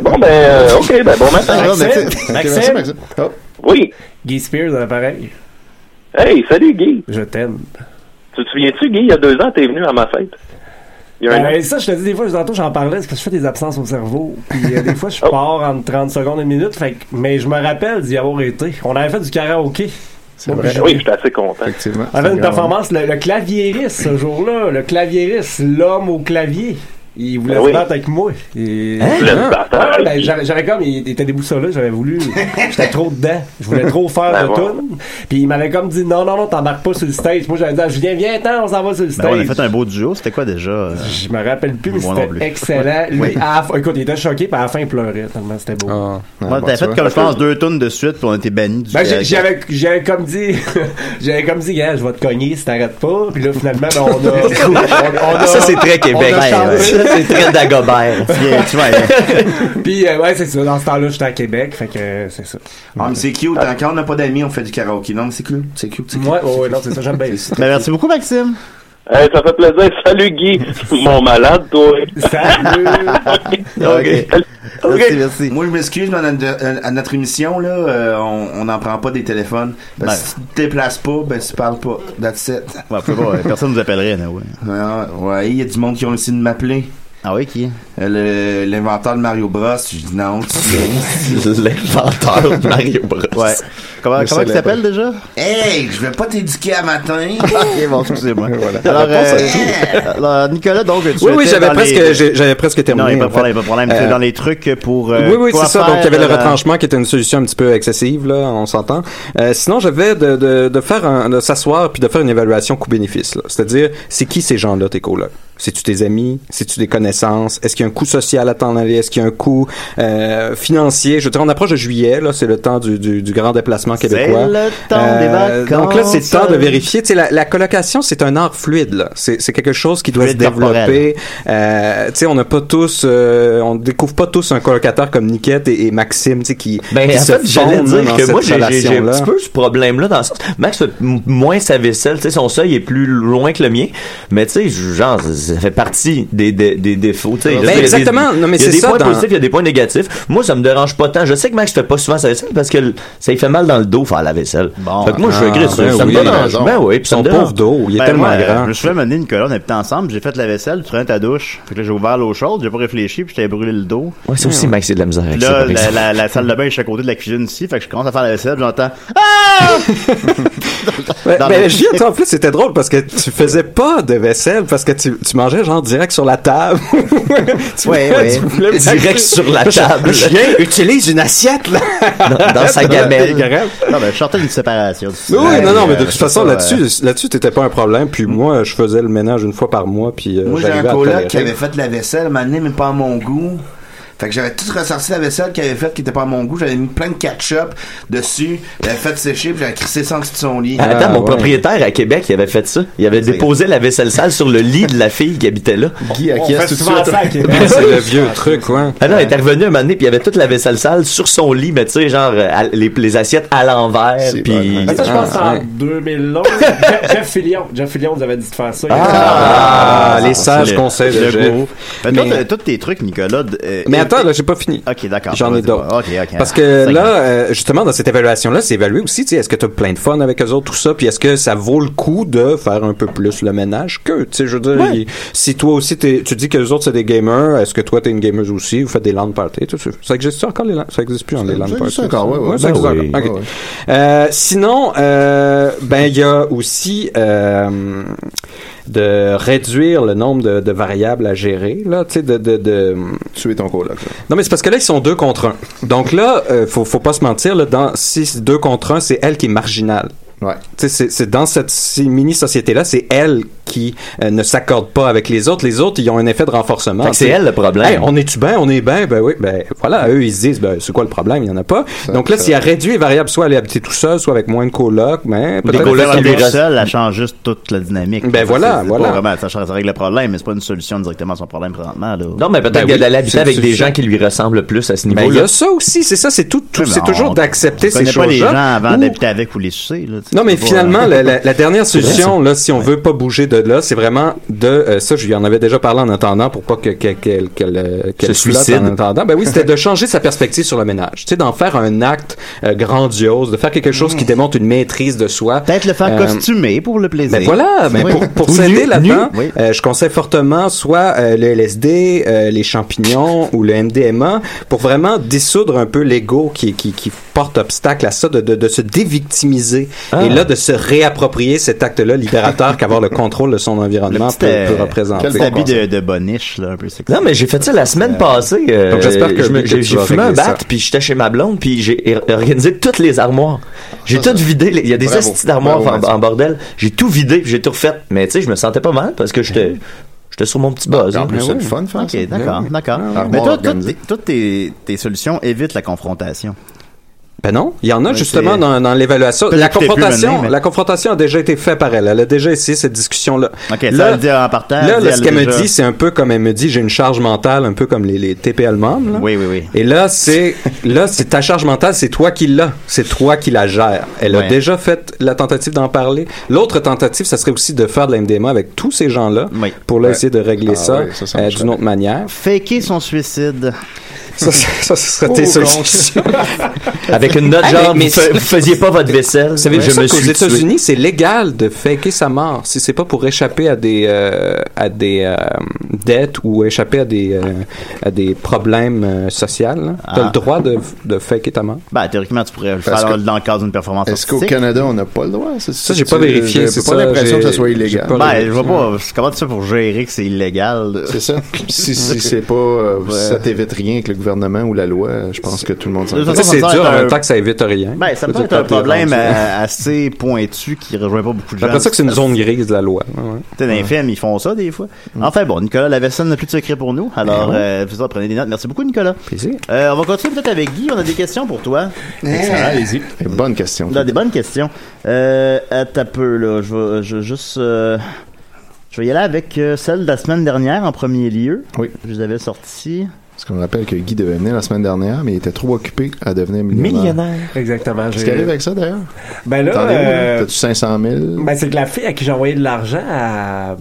S9: Bon, ben, euh, OK, ben, bon matin.
S3: Ah, non, mais
S7: Maxime,
S3: tu sais-
S4: Merci,
S7: Maxime,
S4: Maxime. Oh.
S9: Oui.
S7: Guy Spears dans l'appareil.
S9: Hey, salut, Guy.
S7: Je t'aime.
S9: Tu te souviens-tu, Guy, il y a deux ans, t'es venu à ma fête? Il y a un
S5: Ben,
S9: an.
S7: Euh, ça, je te dis des fois, je- tantôt j'en parlais, c'est parce que je fais des absences au cerveau. Puis euh, des fois, je
S9: Oh.
S7: pars entre 30 secondes et une minute. Fait, que- mais je me rappelle d'y avoir été. On avait fait du karaoké.
S4: C'est
S7: Moi,
S4: vrai.
S7: puis
S9: Oui, j'étais assez content.
S4: Effectivement.
S7: On avait Ah, une
S4: C'est grave.
S7: performance, le, le claviériste ce jour-là, le claviériste, l'homme au clavier. Il voulait
S3: Ben
S9: Ah oui.
S7: se battre avec moi. Et-
S9: Le batteur.
S7: Ah, ben, j'avais j'avais comme, il était déboussolé, j'avais voulu, j'étais trop dedans, je voulais trop faire
S9: Ben
S7: de
S9: voilà.
S7: tout. Puis il m'avait comme dit, non, non, non, t'embarques pas sur le stage. Moi, j'avais dit, à Julien, viens, attends, on s'en va sur le
S3: Ben,
S7: stage.
S3: on a fait un beau duo, c'était quoi déjà? euh?
S7: Je me rappelle plus, mais
S3: Moi non plus.
S7: c'était excellent. Lui,
S3: Oui.
S7: à la fin- écoute, il était choqué, puis à la fin, il pleurait tellement c'était beau.
S6: Ah.
S4: Ah,
S3: Ouais,
S4: bon,
S3: t'as
S4: tu
S3: fait
S4: vois.
S3: comme je pense deux tonnes de suite, puis on était banni du
S7: Ben, j'ai-
S3: karaoké.
S7: j'avais, j'avais comme dit, j'avais comme dit, gars, je vais te cogner si t'arrêtes pas. Puis là, finalement, ben, on a, on,
S3: Ah,
S7: on a-
S5: ça, c'est très Québec.
S7: on a
S5: Ça,
S7: changé.
S5: c'est très Dagobert.
S3: Bien, tu vois, hein.
S7: Puis, euh, ouais, c'est ça. Dans ce temps-là, j'étais à Québec, fait que euh, c'est ça.
S1: Ah, mais c'est cute. hein. Quand on n'a pas d'amis, on fait du karaoké. Non, mais c'est cute. C'est cute. c'est cute.
S7: Moi, ouais, ouais, non, c'est ça, j'aime bien. ça.
S3: Ben, merci beaucoup, Maxime.
S9: Hey, ça fait plaisir. Salut, Guy. Mon malade, toi.
S7: Salut!
S3: Ok. Merci, merci.
S1: Moi, je m'excuse, mais à notre- à notre émission, là, euh, on on n'en prend pas des téléphones. Parce que
S3: Ben.
S1: si tu te déplaces pas, ben, tu parles pas. That's it.
S3: Ouais, faut pas, euh, personne nous appellerait, non, ouais.
S1: Ah, ouais, il y a du monde qui ont essayé de m'appeler.
S3: Ah oui, qui?
S1: Euh, le- L'inventeur de Mario Bros, je dis non. tu-
S5: L'inventeur de Mario Bros.
S3: Ouais. Comment,
S4: Le
S3: comment tu
S4: célèbre.
S3: t'appelles déjà?
S1: hey, je vais pas t'éduquer à matin.
S3: Ok, bon, excusez-moi. Alors, euh, alors, Nicolas, donc, tu
S6: Oui, oui,
S3: étais
S6: j'avais
S3: dans les-
S6: presque, j'ai- j'avais presque
S3: Non,
S6: terminé.
S3: il n'y a pas
S6: en
S3: de
S6: fait.
S3: problème, pas de problème.
S6: Euh,
S3: C'est dans les trucs pour. euh,
S6: oui, oui,
S3: quoi
S6: c'est ça. Donc, il y avait le
S3: faire, euh,
S6: retranchement qui était une solution un petit peu excessive, là, on s'entend. Euh, sinon, j'avais de, de, de faire un, de s'asseoir puis de faire une évaluation coût-bénéfice, là. C'est-à-dire, c'est qui ces gens-là, tes colocs? C'est-tu tes amis? C'est-tu des connaissances? Est-ce qu'il y a un coût social à t'en aller? Est-ce qu'il y a un coût, euh, financier? Je veux dire, on approche de juillet, là. C'est le temps du, du, du grand déplacement
S3: C'est
S6: québécois.
S3: le temps des
S6: Euh,
S3: vacances.
S6: Donc là, c'est le temps de vérifier. Tu sais, la, la colocation, c'est un art fluide, là. C'est, c'est quelque chose qui doit
S3: Fluide
S6: se
S3: corporel.
S6: développer. Euh, tu sais, on n'a pas tous, euh, on découvre pas tous un colocataire comme Niquette et, et Maxime, tu sais, qui,
S5: Ben,
S6: qui
S5: en
S6: se
S5: fait, j'allais
S6: fondent,
S5: dire
S6: dans
S5: que
S6: cette
S5: moi, j'ai- j'ai j'ai un
S6: relation-là.
S5: petit peu ce problème-là dans le sens. Max fait m- moins sa vaisselle, tu sais, son seuil est plus loin que le mien. Mais tu sais, genre, ça fait partie des, des, des défauts, tu sais. Je veux dire, il y a des-
S6: Ben, exactement. Non, mais
S5: Il y a
S6: c'est
S5: des
S6: ça
S5: points
S6: dans-
S5: positifs, il y a des points négatifs. Moi, ça me dérange pas tant. Je sais que Max fait pas souvent sa vaisselle parce que l- ça lui fait mal dans le dos faire la vaisselle.
S3: Bon.
S5: fait que moi, je suis
S6: Ah,
S5: gris.
S6: ben
S5: ça me
S6: oui.
S5: dérange.
S4: Raison.
S5: Ben oui, puis ça
S6: Son
S5: me dérange.
S6: pauvre dos, il est
S3: Ben,
S6: tellement
S3: moi,
S6: grand.
S3: Je me suis fait mener Nicolas, on habitait ensemble, j'ai fait la vaisselle, tu prenais ta douche. Fait que là, j'ai ouvert l'eau chaude, j'ai pas réfléchi, puis je t'avais brûlé le dos.
S5: Ouais, c'est aussi Max, c'est de la misère
S3: Puis
S5: avec ça,
S3: là,
S5: par
S3: la,
S5: exemple.
S3: la, la salle de bain est juste à côté de la cuisine ici, fait que je commence à faire la vaisselle, puis j'entends Ah!
S6: Mais,
S3: Dans
S6: mais
S3: le-
S6: je viens de- en plus, c'était drôle parce que tu faisais pas de vaisselle parce que tu, tu mangeais genre direct sur la table. tu
S3: Ouais,
S6: voulais-
S3: ouais.
S6: tu voulais-
S5: Direct sur la table.
S6: Le chien utilise une assiette, là.
S5: Dans- dans sa gamelle.
S3: Non, ben, je sortais d'une séparation.
S6: Oui, oui, non, non, mais de
S3: Euh,
S6: toute
S3: je sais
S6: façon,
S3: pas, Mm.
S6: là-dessus, là-dessus, t'étais pas un problème. Puis moi, je faisais le ménage une fois par mois, puis euh,
S1: Moi, j'ai un
S6: j'arrivais à
S1: coloc
S6: tolérer.
S1: qui avait fait de la vaisselle, m'a mais pas à mon goût. Fait que j'avais tout ressorti la vaisselle qu'il avait faite qui était pas à mon goût. J'avais mis plein de ketchup dessus, j'avais fait sécher, puis j'avais crissé ça en dessous de son lit.
S5: Ah, Attends,
S6: Ah,
S5: mon
S6: ouais.
S5: propriétaire à Québec, il avait fait ça. Il avait déposé la vaisselle sale sur le lit de la fille qui habitait là.
S4: Guy
S7: On fait
S4: acquiesce tout de
S7: souvent
S4: suite.
S7: ça à Québec.
S6: Ah, C'est le vieux truc, ouais.
S5: Ah non, elle est revenue un moment donné, puis il y avait toute la vaisselle sale sur son lit, mais tu sais, genre, euh, à- les, les assiettes à l'envers,
S4: C'est
S5: puis...
S4: bon,
S7: Ben, ça, je pense que c'est
S6: Ah,
S7: en
S6: ouais.
S7: 2011. Jeff- Jeff Fillion. Jeff Fillion nous avait dit de faire ça.
S5: Ah.
S6: Ah, les
S3: c'est
S6: sages
S3: le-
S6: conseils de
S3: le
S6: Jeff.
S3: gourou. Ben,
S6: Mais-
S3: toi, t'as- tous tes trucs, Nicolas. de- euh,
S6: Mais attends, là, j'ai pas fini.
S3: Ok,
S5: Ah,
S3: d'accord.
S6: J'en ai
S3: Vas-y,
S6: d'autres.
S3: Ok, ok.
S6: Parce que
S3: Cinq
S6: là, euh, justement, dans cette évaluation-là, c'est évalué aussi, tu sais, est-ce que tu as plein de fun avec eux autres, tout ça, puis est-ce que ça vaut le coup de faire un peu plus le ménage qu'eux, tu sais, je veux dire, il- si toi aussi, t'es- tu dis que les autres, c'est des gamers, est-ce que toi, t'es une gameuse aussi, vous faites des land parties, tout ça, ça existe encore les land, ça existe plus en les land
S4: ça
S6: parties.
S4: existe encore, ouais, ouais.
S6: ça
S4: Ben
S6: existe
S4: oui.
S6: encore, ok.
S4: Ouais, ouais.
S6: Euh, sinon, euh, ben, il y a aussi, euh, de réduire le nombre de, de variables à gérer, là, tu sais, de- de- de
S4: Tuer ton coloc. là.
S6: non, mais c'est parce que là, ils sont deux contre un. Donc là, euh, faut, faut pas se mentir, là, dans, si c'est deux contre un, c'est elle qui est marginale.
S4: Ouais.
S6: Tu sais, c'est- c'est dans cette mini-société-là, c'est elle qui euh, ne s'accorde pas avec les autres. Les autres, ils ont un effet de renforcement.
S5: Fait que c'est
S6: Tu sais,
S5: elle le problème.
S6: Hey, on est-tu bien, on est bien, ben oui, ben voilà, eux, ils se disent, ben c'est quoi le problème, il y en a pas. Donc là,
S4: ça-
S6: s'il a réduit les variables, soit elle est habitée tout seul, soit avec moins de colocs,
S3: Des
S6: ben peut-être...
S3: colocs
S5: faire
S3: qui
S5: des
S3: vivent
S5: restes.
S3: seuls, ça change juste toute la dynamique.
S6: Ben
S3: Ça,
S6: voilà,
S3: c'est- c'est
S6: voilà.
S3: pas vraiment- ça, change- ça règle le problème, mais c'est pas une solution directement à son problème présentement. Là.
S5: Non, mais peut-être
S6: Ben
S5: que
S6: oui,
S5: d'aller habiter
S6: c'est une
S5: avec des
S6: solution.
S5: gens qui lui ressemblent le plus à ce
S6: Ben, il y
S5: niveau-là.
S6: a ça aussi, c'est ça, c'est tout, tout-
S3: Oui, mais
S6: c'est
S3: on-
S6: toujours d'accepter
S3: on
S6: ces
S3: connaît
S6: choses-là.
S3: pas les gens avant
S6: ou-
S3: d'habiter avec ou les sucer. Là, tu sais,
S6: Non, mais
S3: c'est pas,
S6: finalement,
S3: euh,
S6: la, la- la dernière
S5: vrai,
S6: solution, là, si on veut pas bouger de là, c'est vraiment de euh, ça. Je lui en avais déjà parlé en attendant pour pas que qu'elle qu'elle qu'elle, euh, qu'elle
S5: Se
S6: flotte
S5: suicide.
S6: En attendant, ben oui, c'était de changer sa perspective sur le ménage. Tu sais, d'en faire un acte euh, grandiose, de faire quelque chose
S3: Mmh.
S6: qui démontre une maîtrise de soi.
S3: Peut-être le faire
S6: Euh,
S3: costumer pour le plaisir.
S6: ben voilà, ben
S3: Oui.
S6: pour, pour
S3: Ou
S6: s'aider
S3: nu-
S6: là-dedans,
S3: nu, oui.
S6: euh, je conseille fortement soit euh, le LSD, euh, les champignons ou le MDMA pour vraiment dissoudre un peu l'ego qui, qui, qui porte obstacle à ça, de, de, de se dévictimiser
S3: Ah.
S6: et là de se réapproprier cet acte-là libérateur qu'avoir le contrôle de son environnement
S3: petit,
S6: peut,
S3: euh,
S6: peut représenter.
S3: Quel habit de, de boniche, là, un peu sexy.
S5: Non, mais j'ai fait ça la semaine passée. euh,
S6: Ben, donc j'espère que-
S5: je me-
S6: que
S5: j'ai
S6: tu
S5: j'ai
S6: vas
S5: fumé un
S6: régler
S5: bat,
S6: ça.
S5: puis j'étais chez ma blonde, puis j'ai er- organisé toutes les armoires. J'ai
S4: ça,
S5: tout vidé. les- Il y a des
S4: Bravo.
S5: estis d'armoires
S4: Bravo,
S5: en,
S4: Mathieu.
S5: en bordel. J'ai tout vidé, puis j'ai tout refait. Mais tu sais, je me sentais pas mal parce que
S6: Ben
S5: j'étais j'étais sur mon petit buzz. hein.
S4: En plus, c'est le fun de faire ça.
S3: Ok, d'accord, d'accord.
S4: Ah,
S3: Mais
S4: bon,
S3: toi,
S4: organisé.
S3: toutes tes- toutes tes, tes solutions évitent la confrontation.
S6: Ben non, il y en a
S3: Ouais,
S6: justement
S3: c'est-
S6: dans, dans l'évaluation.
S3: Peut-être
S6: La
S3: que t'es plus
S6: confrontation,
S3: mené, mais-
S6: la confrontation a déjà été faite par elle. Elle a déjà essayé cette discussion-là.
S3: Ok, ça
S6: Là-
S3: le dit en partant.
S6: Là,
S3: elle
S6: là, ce
S3: l'a
S6: qu'elle me
S3: Ah, déjà.
S6: dit, c'est un peu comme elle me dit, j'ai une charge mentale, un peu comme les, les TP allemandes. là.
S3: Oui, oui, oui.
S6: Et là, c'est là, c'est ta charge mentale, c'est toi qui l'as, c'est toi qui la gères. Elle a
S3: Ouais.
S6: déjà fait la tentative d'en parler. L'autre tentative, ça serait aussi de faire de la MDMA avec tous ces gens-là
S3: Oui.
S6: pour là,
S4: Ouais.
S6: essayer de régler
S4: Ah
S6: ça,
S4: oui, ça, ça
S6: euh,
S4: marcherait.
S6: d'une autre manière.
S3: Faker son suicide.
S6: Ça, ça, ça, ce serait tes solutions.
S5: Avec une note
S6: Ah,
S5: genre,
S6: mais-
S5: vous fa- vous faisiez pas votre vaisselle. Vous
S6: Savez-vous ça qu'aux États-Unis, c'est légal de faker sa mort si c'est pas pour échapper à des euh, à des euh, dettes ou échapper à des euh, à des problèmes euh, sociaux. là. T'as
S3: Ah.
S6: le droit de, de faker ta mort.
S3: Ben, théoriquement, tu pourrais le
S4: Est-ce
S3: faire
S4: que-
S3: dans le cadre d'une performance
S4: Est-ce qu'au
S3: artistique.
S4: Canada, on n'a pas le droit?
S6: Ça, j'ai pas vérifié, c'est
S4: J'ai pas
S6: ça,
S4: l'impression
S6: j'ai-
S4: que ça soit
S6: j'ai
S4: illégal.
S6: pas-
S3: Ben, je vois pas. Comment tu fais pour gérer que c'est illégal?
S4: C'est ça. si si c'est pas, euh,
S3: Ouais.
S4: ça t'évite rien avec le gouvernement ou la loi, euh, je pense que tout le monde s'en
S3: De toute
S6: Ça,
S3: façon,
S6: c'est
S3: ça me
S6: dur en
S3: semble
S6: même
S3: un-
S6: temps que ça évite rien.
S3: Ben, ça me
S6: Je
S3: paraît
S6: veux
S3: être
S6: dire,
S3: un
S6: quand t'es
S3: problème
S6: rendu-
S3: euh, assez pointu qui rejoint pas beaucoup de
S6: J'ai
S3: gens.
S6: l'impression que c'est une zone grise de la loi. Ouais, ouais.
S3: T'es dans les films, ils font ça des fois. Enfin bon, Nicolas Lavesson n'a plus de secret pour nous. Alors, euh, vous en prenez des notes. Merci beaucoup, Nicolas.
S6: Plaisir.
S3: Euh, on va continuer peut-être avec Guy. On a des questions pour toi.
S7: Excellent, allez-y.
S4: Eh, Bonne question.
S3: On a des bonnes questions. Euh, attends un peu, là. Je vais, je vais juste... euh, je vais y aller avec euh, celle de la semaine dernière en premier lieu.
S4: Oui.
S3: Je les avais sorties.
S4: Parce qu'on rappelle que Guy devait venir la semaine dernière, mais il était trop occupé à devenir millionnaire.
S5: Millionnaire.
S7: Exactement.
S4: Qu'est-ce
S7: j'ai-
S4: qui arrive avec ça, d'ailleurs?
S7: Ben là,
S4: T'en es où, là?
S7: euh,
S4: T'as-tu 500 000?
S7: ben c'est que la fille à qui j'ai envoyé de l'argent, elle...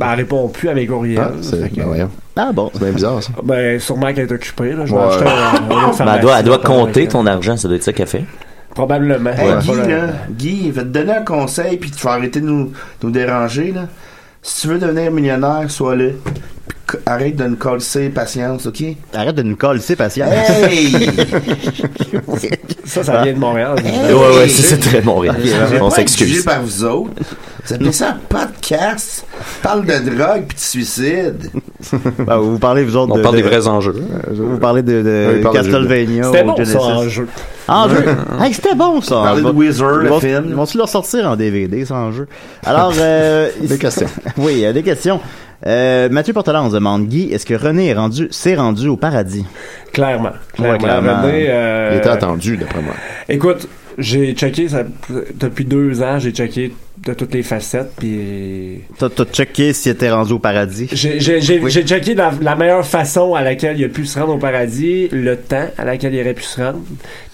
S7: ben, elle répond plus à mes courriels.
S4: Ah, c'est
S7: Fait que-
S4: ben voyons.
S3: Ah bon.
S4: C'est bien bizarre, ça.
S7: Ben, sûrement qu'elle est occupée. Là. Je vais
S4: Ouais.
S7: acheter un- un,
S5: Ben, elle doit, elle doit compter ton argent, ça doit être ça qu'elle fait.
S7: Probablement.
S1: Hey, Guy,
S7: Probablement.
S1: là, Guy, je vais te donner un conseil, puis tu vas arrêter de nous, nous déranger. Là. Si tu veux devenir millionnaire, sois là. Puis c- arrête de nous coller patience, OK?
S3: Arrête de nous coller, patience.
S1: Hey!
S7: Ça, ça vient de Montréal.
S5: Ouais, ouais, ça, c'est très Montréal.
S1: J'ai
S5: On
S1: pas été jugé
S5: s'excuse.
S1: par vous autres. Vous appelez ça un podcast? Parle de drogue puis de suicide.
S3: Ben, vous parlez, vous autres,
S6: On
S3: de...
S6: parle
S3: de-
S6: des vrais enjeux.
S3: Vous parlez de,
S4: Oui,
S3: de
S4: il parle de
S3: Castlevania
S7: C'était
S3: ou
S1: Oh,
S7: bon,
S3: Genesis.
S7: ça, hein, en jeu.
S3: En jeu. Hey, c'était bon, ça.
S1: Parler
S3: Ils
S1: de
S3: vont-
S1: Wizard,
S3: ils
S1: le
S3: vont-
S1: film.
S3: Ils vont-tu le ressortir en DVD, ça, en jeu? Alors, euh,
S4: Des questions.
S3: oui, il y a des questions. Euh, Mathieu Portelard, on se demande, Guy, est-ce que René est rendu, s'est rendu au paradis?
S7: Clairement. Clairement.
S3: Ouais, clairement.
S7: René, euh,
S4: Il était attendu, d'après moi.
S7: Écoute, j'ai checké, ça, depuis deux ans, j'ai checké de toutes les facettes, puis...
S3: T'as, t'as checké s'il était rendu au paradis?
S7: J'ai j'ai- j'ai-
S3: Oui.
S7: j'ai checké la, la meilleure façon à laquelle il a pu se rendre au paradis, le temps à laquel il aurait pu se rendre,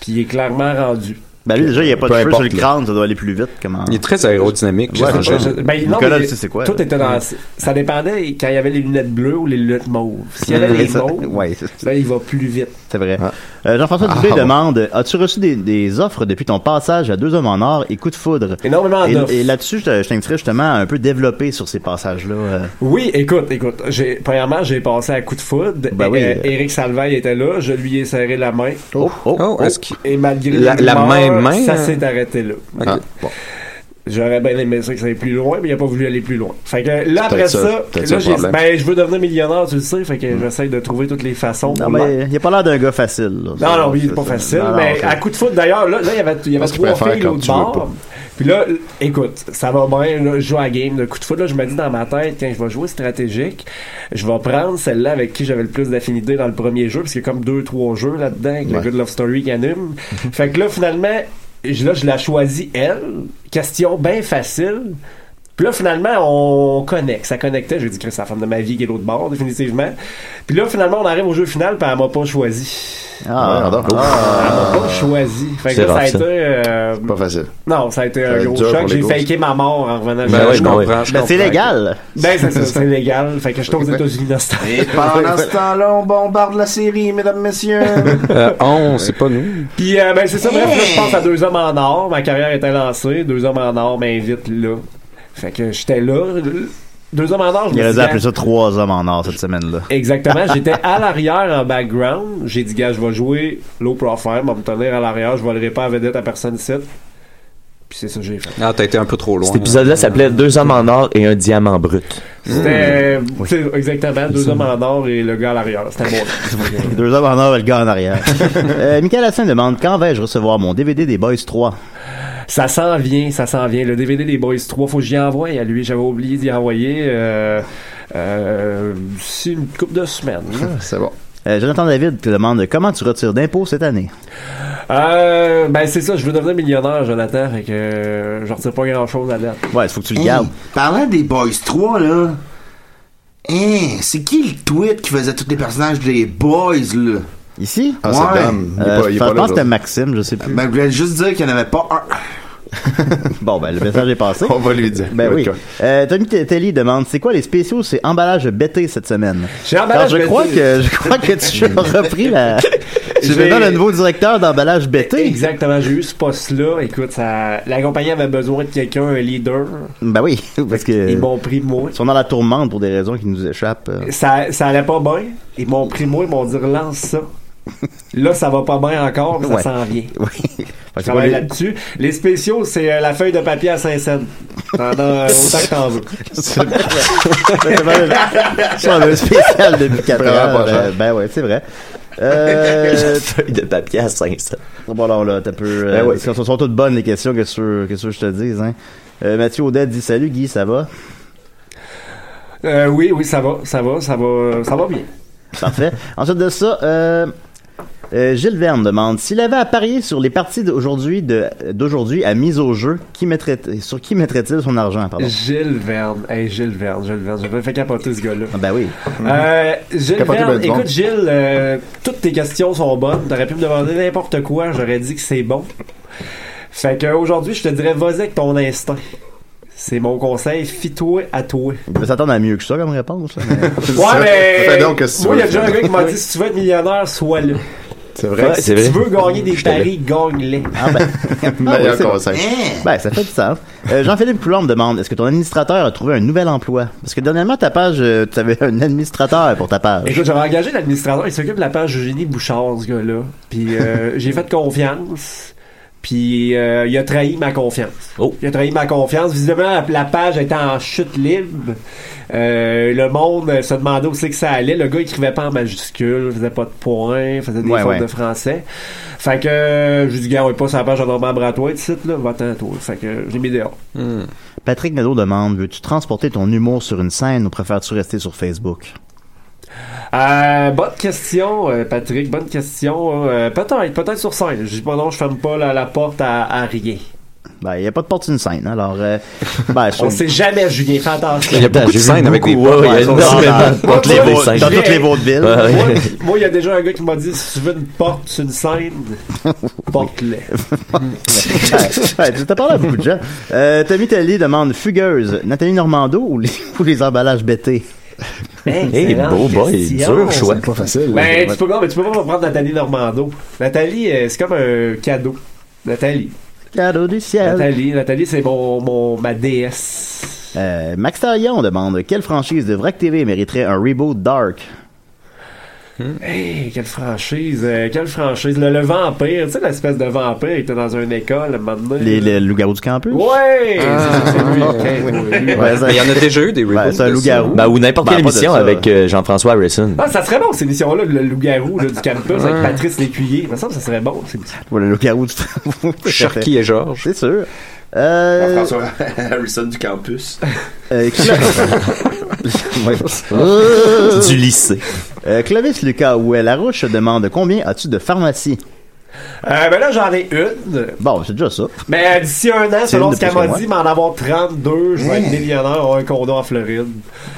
S7: puis il est clairement rendu.
S3: Ben lui, déjà, il n'y a pas
S1: Peu
S3: de cheveux sur le
S1: importe, là.
S3: crâne, ça doit aller plus vite. Comment...
S6: Il est très aérodynamique.
S3: Ouais, c'est
S6: Jean-Jean.
S3: ça.
S7: Ben, non,
S3: Nicolas,
S7: mais
S3: tu sais c'est quoi,
S7: Tout
S3: là?
S7: était dans. Ça dépendait quand il y avait les lunettes bleues ou les lunettes mauves. S'il y avait
S3: Ouais,
S7: les
S3: Mm. ça-
S7: mauves,
S3: ouais, c'est-
S7: là, il va plus vite.
S3: c'est vrai. Euh, Jean-François Dubé demande As-tu reçu des, des offres depuis ton passage à Deux Hommes en Or et Coup de Foudre
S7: Énormément Ah, d'offres.
S3: Et, et là-dessus, je te- je t'inviterais justement à un peu développer sur ces passages-là. euh.
S7: Oui, écoute, écoute. J'ai, premièrement, j'ai passé à coup de foudre.
S3: Ben
S7: et,
S3: oui.
S7: Eric Salvaille était là. Je lui ai serré la main.
S3: Oh, oh,
S6: Oh,
S3: oh.
S6: est-ce qu'il-
S7: Et malgré
S6: La-
S7: les
S6: la
S7: rumeurs,
S6: même main,
S7: ça
S6: hein?
S7: s'est arrêté là.
S6: Ok.
S4: Ah.
S7: J'aurais bien aimé ça que ça aille plus loin, mais il a pas voulu aller plus loin. Fait que là, après
S4: peut-être ça,
S7: ça,
S4: peut-être ça
S7: là,
S4: le
S7: j'ai dit,
S4: problème.
S7: ben, je veux devenir millionnaire, tu le sais. Fait que j'essaie de trouver toutes les façons.
S3: Non,
S7: pour le
S3: mais il n'y a pas l'air d'un gars facile. là.
S7: non, non, oui, c'est
S3: Ça,
S7: pas
S3: ça-
S7: facile.
S3: non, non,
S7: mais
S3: c'est-
S7: à coup de foot, d'ailleurs, là, là, il y avait, il y avait
S4: Parce qu'il
S7: trois
S4: préfère
S7: filles
S4: quand
S7: l'autre
S4: tu veux
S7: bord.
S4: pas.
S7: Puis là, l- écoute, ça va bien. là, je joue à la game de coup de foot. Là, je me dis dans ma tête, quand je vais jouer stratégique, je vais prendre celle-là avec qui j'avais le plus d'affinité dans le premier jeu, parce qu'il y a comme deux, trois jeux là-dedans, avec le
S4: Ouais.
S7: Good Love Story qui anime. fait que là, finalement, je- là, je la choisis, elle. Question bien facile. Puis là, finalement, on connecte. Ça connectait. J'ai dit, Chris, c'est la femme de ma vie qui est l'autre bord, définitivement. Puis là, finalement, on arrive au jeu final, puis elle m'a pas choisi.
S3: Ah,
S4: Ouais, Ben, pardon.
S3: ah.
S7: Elle m'a pas choisi. Fait que
S5: C'est
S7: là, ça a
S5: rough,
S7: été.
S5: ça.
S7: euh,
S4: Pas facile.
S7: non, ça a été
S4: va
S7: un
S4: être
S7: gros
S4: dur
S7: choc.
S4: pour
S7: J'ai
S4: les gros.
S7: faké ma mort en revenant
S6: Ben
S7: chez
S6: ouais, je
S7: nous.
S6: comprends. je
S3: Ben, c'est
S6: comprends.
S3: légal.
S7: Ben, c'est ça, c'est illégal. Fait que je tombe aux États-Unis dans ce temps.
S1: Et pendant ce temps-là, on bombarde la série, mesdames, messieurs.
S6: Euh, on, c'est pas nous.
S7: Puis, euh, ben, c'est ça. Bref, là, je pense à Deux Hommes en Or. Ma carrière était lancée. Deux Hommes en Or m'invite là. Fait que j'étais là. Deux Hommes en Or, je
S3: Il
S7: me
S3: aurait
S7: suis
S3: dû
S7: dit,
S3: appeler ça trois hommes en or cette semaine-là.
S7: Exactement, j'étais à l'arrière en background. J'ai dit, gars, je vais jouer low profile, je vais me tenir à l'arrière, je vais le répandre à vedette à personne ici. Puis c'est ça que j'ai fait.
S6: Ah, t'as été un peu trop loin.
S5: Cet épisode-là s'appelait Deux hommes en or et un diamant brut.
S7: C'était c'est exactement deux hommes en or et le gars à l'arrière. C'était bon.
S3: Deux hommes en or et le gars en arrière. euh, Michael Hassin demande quand vais-je recevoir mon DVD des Boys 3
S7: ça s'en vient, ça s'en vient. Le DVD des Boys 3, faut que j'y envoie à lui. J'avais oublié d'y envoyer. Euh, euh, d'ici une couple de semaines.
S4: C'est bon.
S3: euh, Jonathan David te demande comment tu retires d'impôts cette année
S7: Euh, ben c'est ça, je veux devenir millionnaire, Jonathan. Fait que euh, je retire pas grand chose à date.
S3: Ouais, il faut que tu le
S1: Hey,
S3: gardes.
S1: parlant des Boys 3, là. Hein, c'est qui le tweet qui faisait tous les personnages des Boys, là?
S3: Mmh. Ici
S4: Ah,
S1: Ouais.
S4: c'est dame. Il est
S3: Euh,
S4: pas, il est
S3: je
S4: pas
S3: pense
S4: là.
S3: que c'était
S4: aujourd'hui.
S3: Maxime, je sais plus.
S1: Ben, je voulais juste dire qu'il n'y en avait pas un.
S3: Bon, ben le message est passé.
S4: On va lui dire.
S3: Ben oui.
S4: Ok.
S3: Euh, Tommy T- Telly demande c'est quoi les spéciaux C'est emballage BT cette semaine.
S7: J'ai
S3: Alors,
S7: emballé,
S3: je
S7: vais
S3: crois
S7: dire.
S3: que je crois que tu as repris la. Tu
S7: J'ai-
S3: deviens le nouveau directeur d'emballage BT.
S7: Exactement, j'ai eu ce poste-là. Écoute, ça, la compagnie avait besoin de quelqu'un, un leader.
S3: Ben oui, parce que
S7: Ils
S3: ils
S7: m'ont pris moi.
S3: sont dans la tourmente pour des raisons qui nous échappent. euh.
S7: Ça, ça allait pas bien. Ils m'ont pris moi, ils m'ont dit relance ça. Là, ça va pas bien encore, mais ça
S3: Ouais.
S7: s'en vient.
S3: Oui. Fait que
S7: Je
S3: c'est quoi
S7: travaille
S3: les-
S7: là-dessus. Les spéciaux, c'est euh, la feuille de papier à Saint-Saëns. T'en as euh, autant que t'en veux.
S3: C'est vraiment- c'est un spécial depuis 4
S4: Vraiment
S3: heures.
S4: pas cher.
S3: euh, ben ouais, c'est vrai. Euh,
S5: Feuille de papier à 500.
S3: bon, alors là, t'as peu. Euh,
S5: Ben ouais.
S3: sont, sont toutes bonnes les questions, qu'est-ce que qu'est-ce que je te dise, hein. Euh, Mathieu Audet dit Salut Guy, ça va
S7: Euh, oui, oui, ça va, ça va, ça va, ça va bien.
S3: Parfait. Ensuite de ça, euh, euh, Gilles Verne demande S'il avait à parier sur les parties d'aujourd'hui de- d'aujourd'hui à mise au jeu, qui mettrait, sur qui mettrait-il son argent pardon?
S7: Gilles Verne. Hey, Gilles Verne, Gilles Verne. J'avais fait capoter ce gars-là.
S3: Ah, ben oui.
S7: Euh, Gilles
S4: Capoter
S7: Verne,
S4: ben du monde.
S7: écoute Gilles, euh, toutes tes questions sont bonnes. T'aurais pu me demander n'importe quoi, j'aurais dit que c'est bon. Fait qu'aujourd'hui, je te dirais, vas-y avec ton instinct. C'est mon conseil, fie-toi à toi.
S3: Il devait s'attendre à mieux que ça comme réponse. là, mais-
S7: Ouais, mais.
S4: Fais donc que si tu
S7: Moi, il y a
S4: veux.
S7: déjà un gars qui m'a dit, si tu veux être millionnaire, sois-le.
S4: C'est vrai.
S5: Ouais,
S7: Si
S5: c'est
S7: tu
S5: vrai.
S7: veux gagner des paris, gagne-les.
S3: Ah, ben- Ah, oui,
S4: Meilleur
S3: c'est vrai.
S4: conseil.
S1: Hein?
S3: Ben, ça fait du sens. Euh, Jean-Philippe Coulon me demande est-ce que ton administrateur a trouvé un nouvel emploi Parce que dernièrement, ta page, euh, tu avais un administrateur pour ta page.
S7: Écoute, j'avais engagé l'administrateur, il s'occupe de la page Eugénie Bouchard, ce gars-là. Puis euh, j'ai fait confiance. Puis euh, il a trahi ma confiance.
S5: Oh.
S7: Il a trahi ma confiance. Visiblement, la- la page était en chute libre. Euh, le monde euh, se demandait où c'est que ça allait. Le gars écrivait pas en majuscule, faisait pas de points, faisait des
S3: Ouais,
S7: fautes
S3: ouais.
S7: de français. Fait que euh, je lui dis, gars, on est pas sur la page de Normand Bratois, tu sais, là, va-t'en, toi. Fait que euh, j'ai mis dehors.
S3: Patrick Nadeau demande veux-tu transporter ton humour sur une scène ou préfères-tu rester sur Facebook
S7: Euh, bonne question, euh, Patrick. Bonne question. Euh, peut-être, peut-être sur scène. Je dis pas non, je ferme pas la, la porte à, à rien.
S3: Ben, il n'y a pas de porte sur une scène, alors... euh, ben, sur-
S7: On sait jamais, Julien, fais attention.
S5: Il y a beaucoup de scènes avec des portes. Ouais,
S3: dans- dans- dans toutes les
S7: des
S3: vau-
S7: scènes.
S3: dans toutes les vaudevilles.
S5: Ouais, ouais.
S7: Moi, moi, il y a déjà un gars qui m'a dit si tu veux une porte sur une scène, porte-les.
S3: Ouais, tu t'as parlé à beaucoup de gens. Euh, Tommy Telly demande Fugueuse, Nathalie Normando ou les, ou les emballages bêtés
S5: Hey, beau boy, dur choix.
S4: Pas facile.
S7: Ben, tu peux, non, mais tu peux pas prendre Nathalie Normando. Nathalie, euh, c'est comme un cadeau. Nathalie.
S3: Cadeau du ciel.
S7: Nathalie, Nathalie, c'est mon, mon, ma déesse.
S3: Euh, Max Tarion demande Quelle franchise de Vrac TV mériterait un reboot dark
S7: Hey, quelle franchise, euh, quelle franchise. Le, le vampire, tu sais, l'espèce de vampire qui était dans une école maintenant.
S3: Les, les loups-garous du campus
S7: Ouais! c'est ça, c'est lui. Ah. Ok, oui.
S3: Ouais, ça-
S6: Mais Il y en a déjà eu des
S3: Ouais,
S6: reboots.
S3: c'est un
S6: de ça.
S3: loup-garou.
S5: Ben, ou n'importe
S3: Ben,
S5: quelle
S3: pas de
S5: émission
S3: ça.
S5: avec euh, Jean-François Harrison.
S7: Ah, ça serait bon, cette émission-là, le loup-garou là, du campus avec Patrice Lécuyer. Ça, ça serait bon. c'est-
S3: Pour le loup-garou du
S6: Cherky et Georges.
S3: C'est sûr. Euh,
S1: François Harrison du campus.
S3: euh, Cla- Ouais. Euh,
S5: Du lycée.
S3: euh, Clovis Lucas Ouellet Larouche demande Combien as-tu de pharmacies
S7: Euh, ben là, j'en ai une.
S3: Bon, c'est déjà ça.
S7: Mais euh, d'ici un an, selon
S3: une
S7: ce qu'elle
S3: de plus
S7: m'a
S3: que moi.
S7: dit, m'en avoir 32, je vais être millionnaire, avoir un condo en Floride.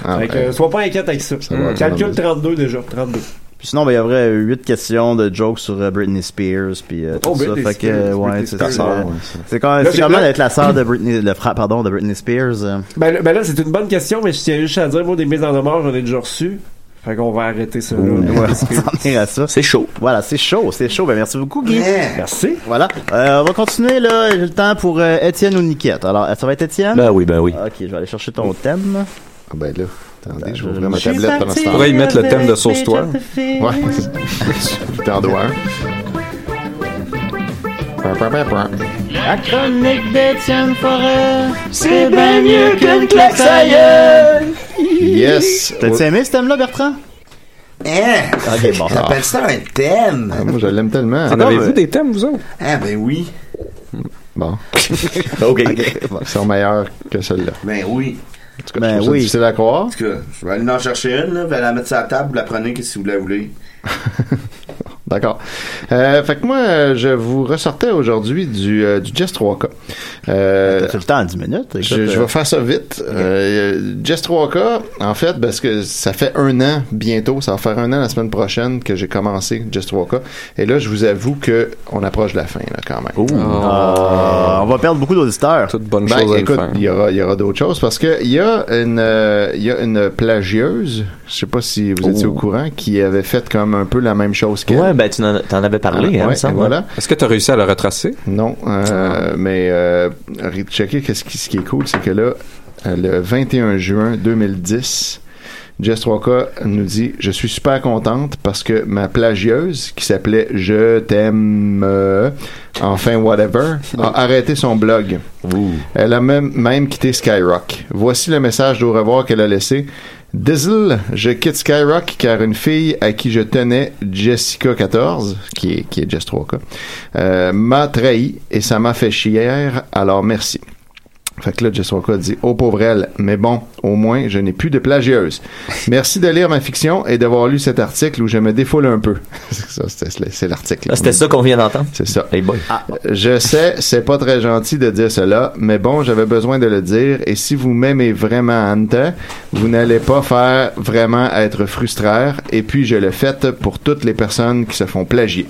S4: Ah,
S7: fait que,
S4: ouais.
S7: euh, sois pas inquiète avec ça.
S4: va, ça
S7: Calcule
S4: va.
S7: 32 déjà, 32.
S3: Puis sinon, ben, il y aurait huit questions de jokes sur euh, Britney Spears, puis euh, tout
S7: Oh,
S3: ça.
S7: Britney
S3: fait que,
S7: Spears,
S3: euh, ouais,
S7: Britney
S3: c'est
S7: Spears.
S3: ça.
S4: Ah, ouais, ça.
S3: C'est quand
S7: Là,
S3: c'est
S7: j'ai
S3: comment
S7: plein-
S3: d'être la sœur de Britney, le frère, pardon, de Britney Spears. euh.
S7: Ben, là- ben là, c'est une bonne question, mais je tiens juste à dire, moi, des mises en demeure, j'en ai déjà reçu. Fait qu'on va arrêter ça. là.
S3: Ouais, on s'en venir à ça.
S5: C'est chaud.
S3: Voilà, c'est chaud, c'est chaud. Ben, merci beaucoup, Guy.
S7: Merci.
S3: Voilà. Euh, on va continuer, là. J'ai le temps pour euh, Étienne ou Niquette. Alors, ça va être Étienne?
S5: Ben oui, ben oui.
S3: Ok, je vais aller chercher ton thème.
S4: Ah, ben là, attendez, je vais
S3: je-
S4: ouvrir ma
S3: je suis
S4: tablette pendant ce temps.
S6: pourrait y mettre le thème de Sauce Toi.
S7: Ben,
S4: Ouais. Je t'en dois un. Prin, prin, prin, prin.
S3: La chronique d'Étienne Forêt, c'est bien
S7: mieux qu'une claque
S4: Yes!
S3: T'as-tu aimé ce thème-là, Bertrand?
S1: Hein?
S3: Ok, bon.
S1: T'appelles ça un thème?
S4: Ah, Moi, je l'aime tellement.
S6: En avez-vous des thèmes, vous autres?
S1: Ah ben oui.
S4: Bon,
S5: OK.
S4: ils sont meilleurs que celle-là.
S1: Ben oui.
S4: En tout cas,
S3: Ben
S4: je trouve
S3: Ah oui.
S4: ça difficile à croire.
S1: En tout cas, je vais aller en chercher une, là, je vais la mettre sur la table, vous la prenez que si vous la voulez.
S4: D'accord. Euh, fait que moi, euh, je vous ressortais aujourd'hui du, euh, du Jazz 3K. Euh,
S3: Ah, T'as-tu le temps en 10 minutes? Écoute,
S4: Je, je
S3: euh,
S4: vais faire ça vite. Euh, Jess 3K, en fait, parce que ça fait un an bientôt, ça va faire un an la semaine prochaine que j'ai commencé Jess 3K. Et là, je vous avoue que on approche de la fin, là, quand même.
S3: Oh, euh, on va perdre beaucoup d'auditeurs.
S6: Toute bonne
S4: Ben,
S6: chose à le
S4: écoute,
S6: faire.
S4: il y aura, il y aura d'autres choses parce que il y a une, euh, il y a une plagieuse, je sais pas si vous étiez au courant, qui avait fait comme un peu la même chose qu'elle.
S5: Ouais, ben tu n'en- t'en avais parlé,
S4: Ah,
S5: hein,
S4: ouais,
S5: me semble.
S4: voilà.
S6: Est-ce que tu as réussi à le retracer?
S4: Non, euh, mais euh, ré- checker qu'est-ce qui, ce qui est cool, c'est que là, euh, le 21 juin 2010, Jess 3K nous dit « Je suis super contente parce que ma plagieuse, qui s'appelait « Je t'aime... euh, enfin whatever », a arrêté son blog. Elle a même, même quitté Skyrock. Voici le message d'au revoir qu'elle a laissé. Dizzle, je quitte Skyrock car une fille à qui je tenais, Jessica 14, qui est, qui est Jess 3K, euh, m'a trahi et ça m'a fait chier, alors merci. Fait que là, Jess 3K dit, oh pauvre elle, mais bon, au moins, je n'ai plus de plagieuse. Merci de lire ma fiction et d'avoir lu cet article où je me défoule un peu. ça, c'était- c'est l'article.
S5: Ah, C'était ça qu'on vient d'entendre.
S4: C'est ça. Ah,
S5: Hey boy.
S4: Je sais, c'est pas très gentil de dire cela, mais bon, j'avais besoin de le dire. Et si vous m'aimez vraiment, Anta, vous n'allez pas faire vraiment être frustraire. Et puis, je le fête pour toutes les personnes qui se font plagier.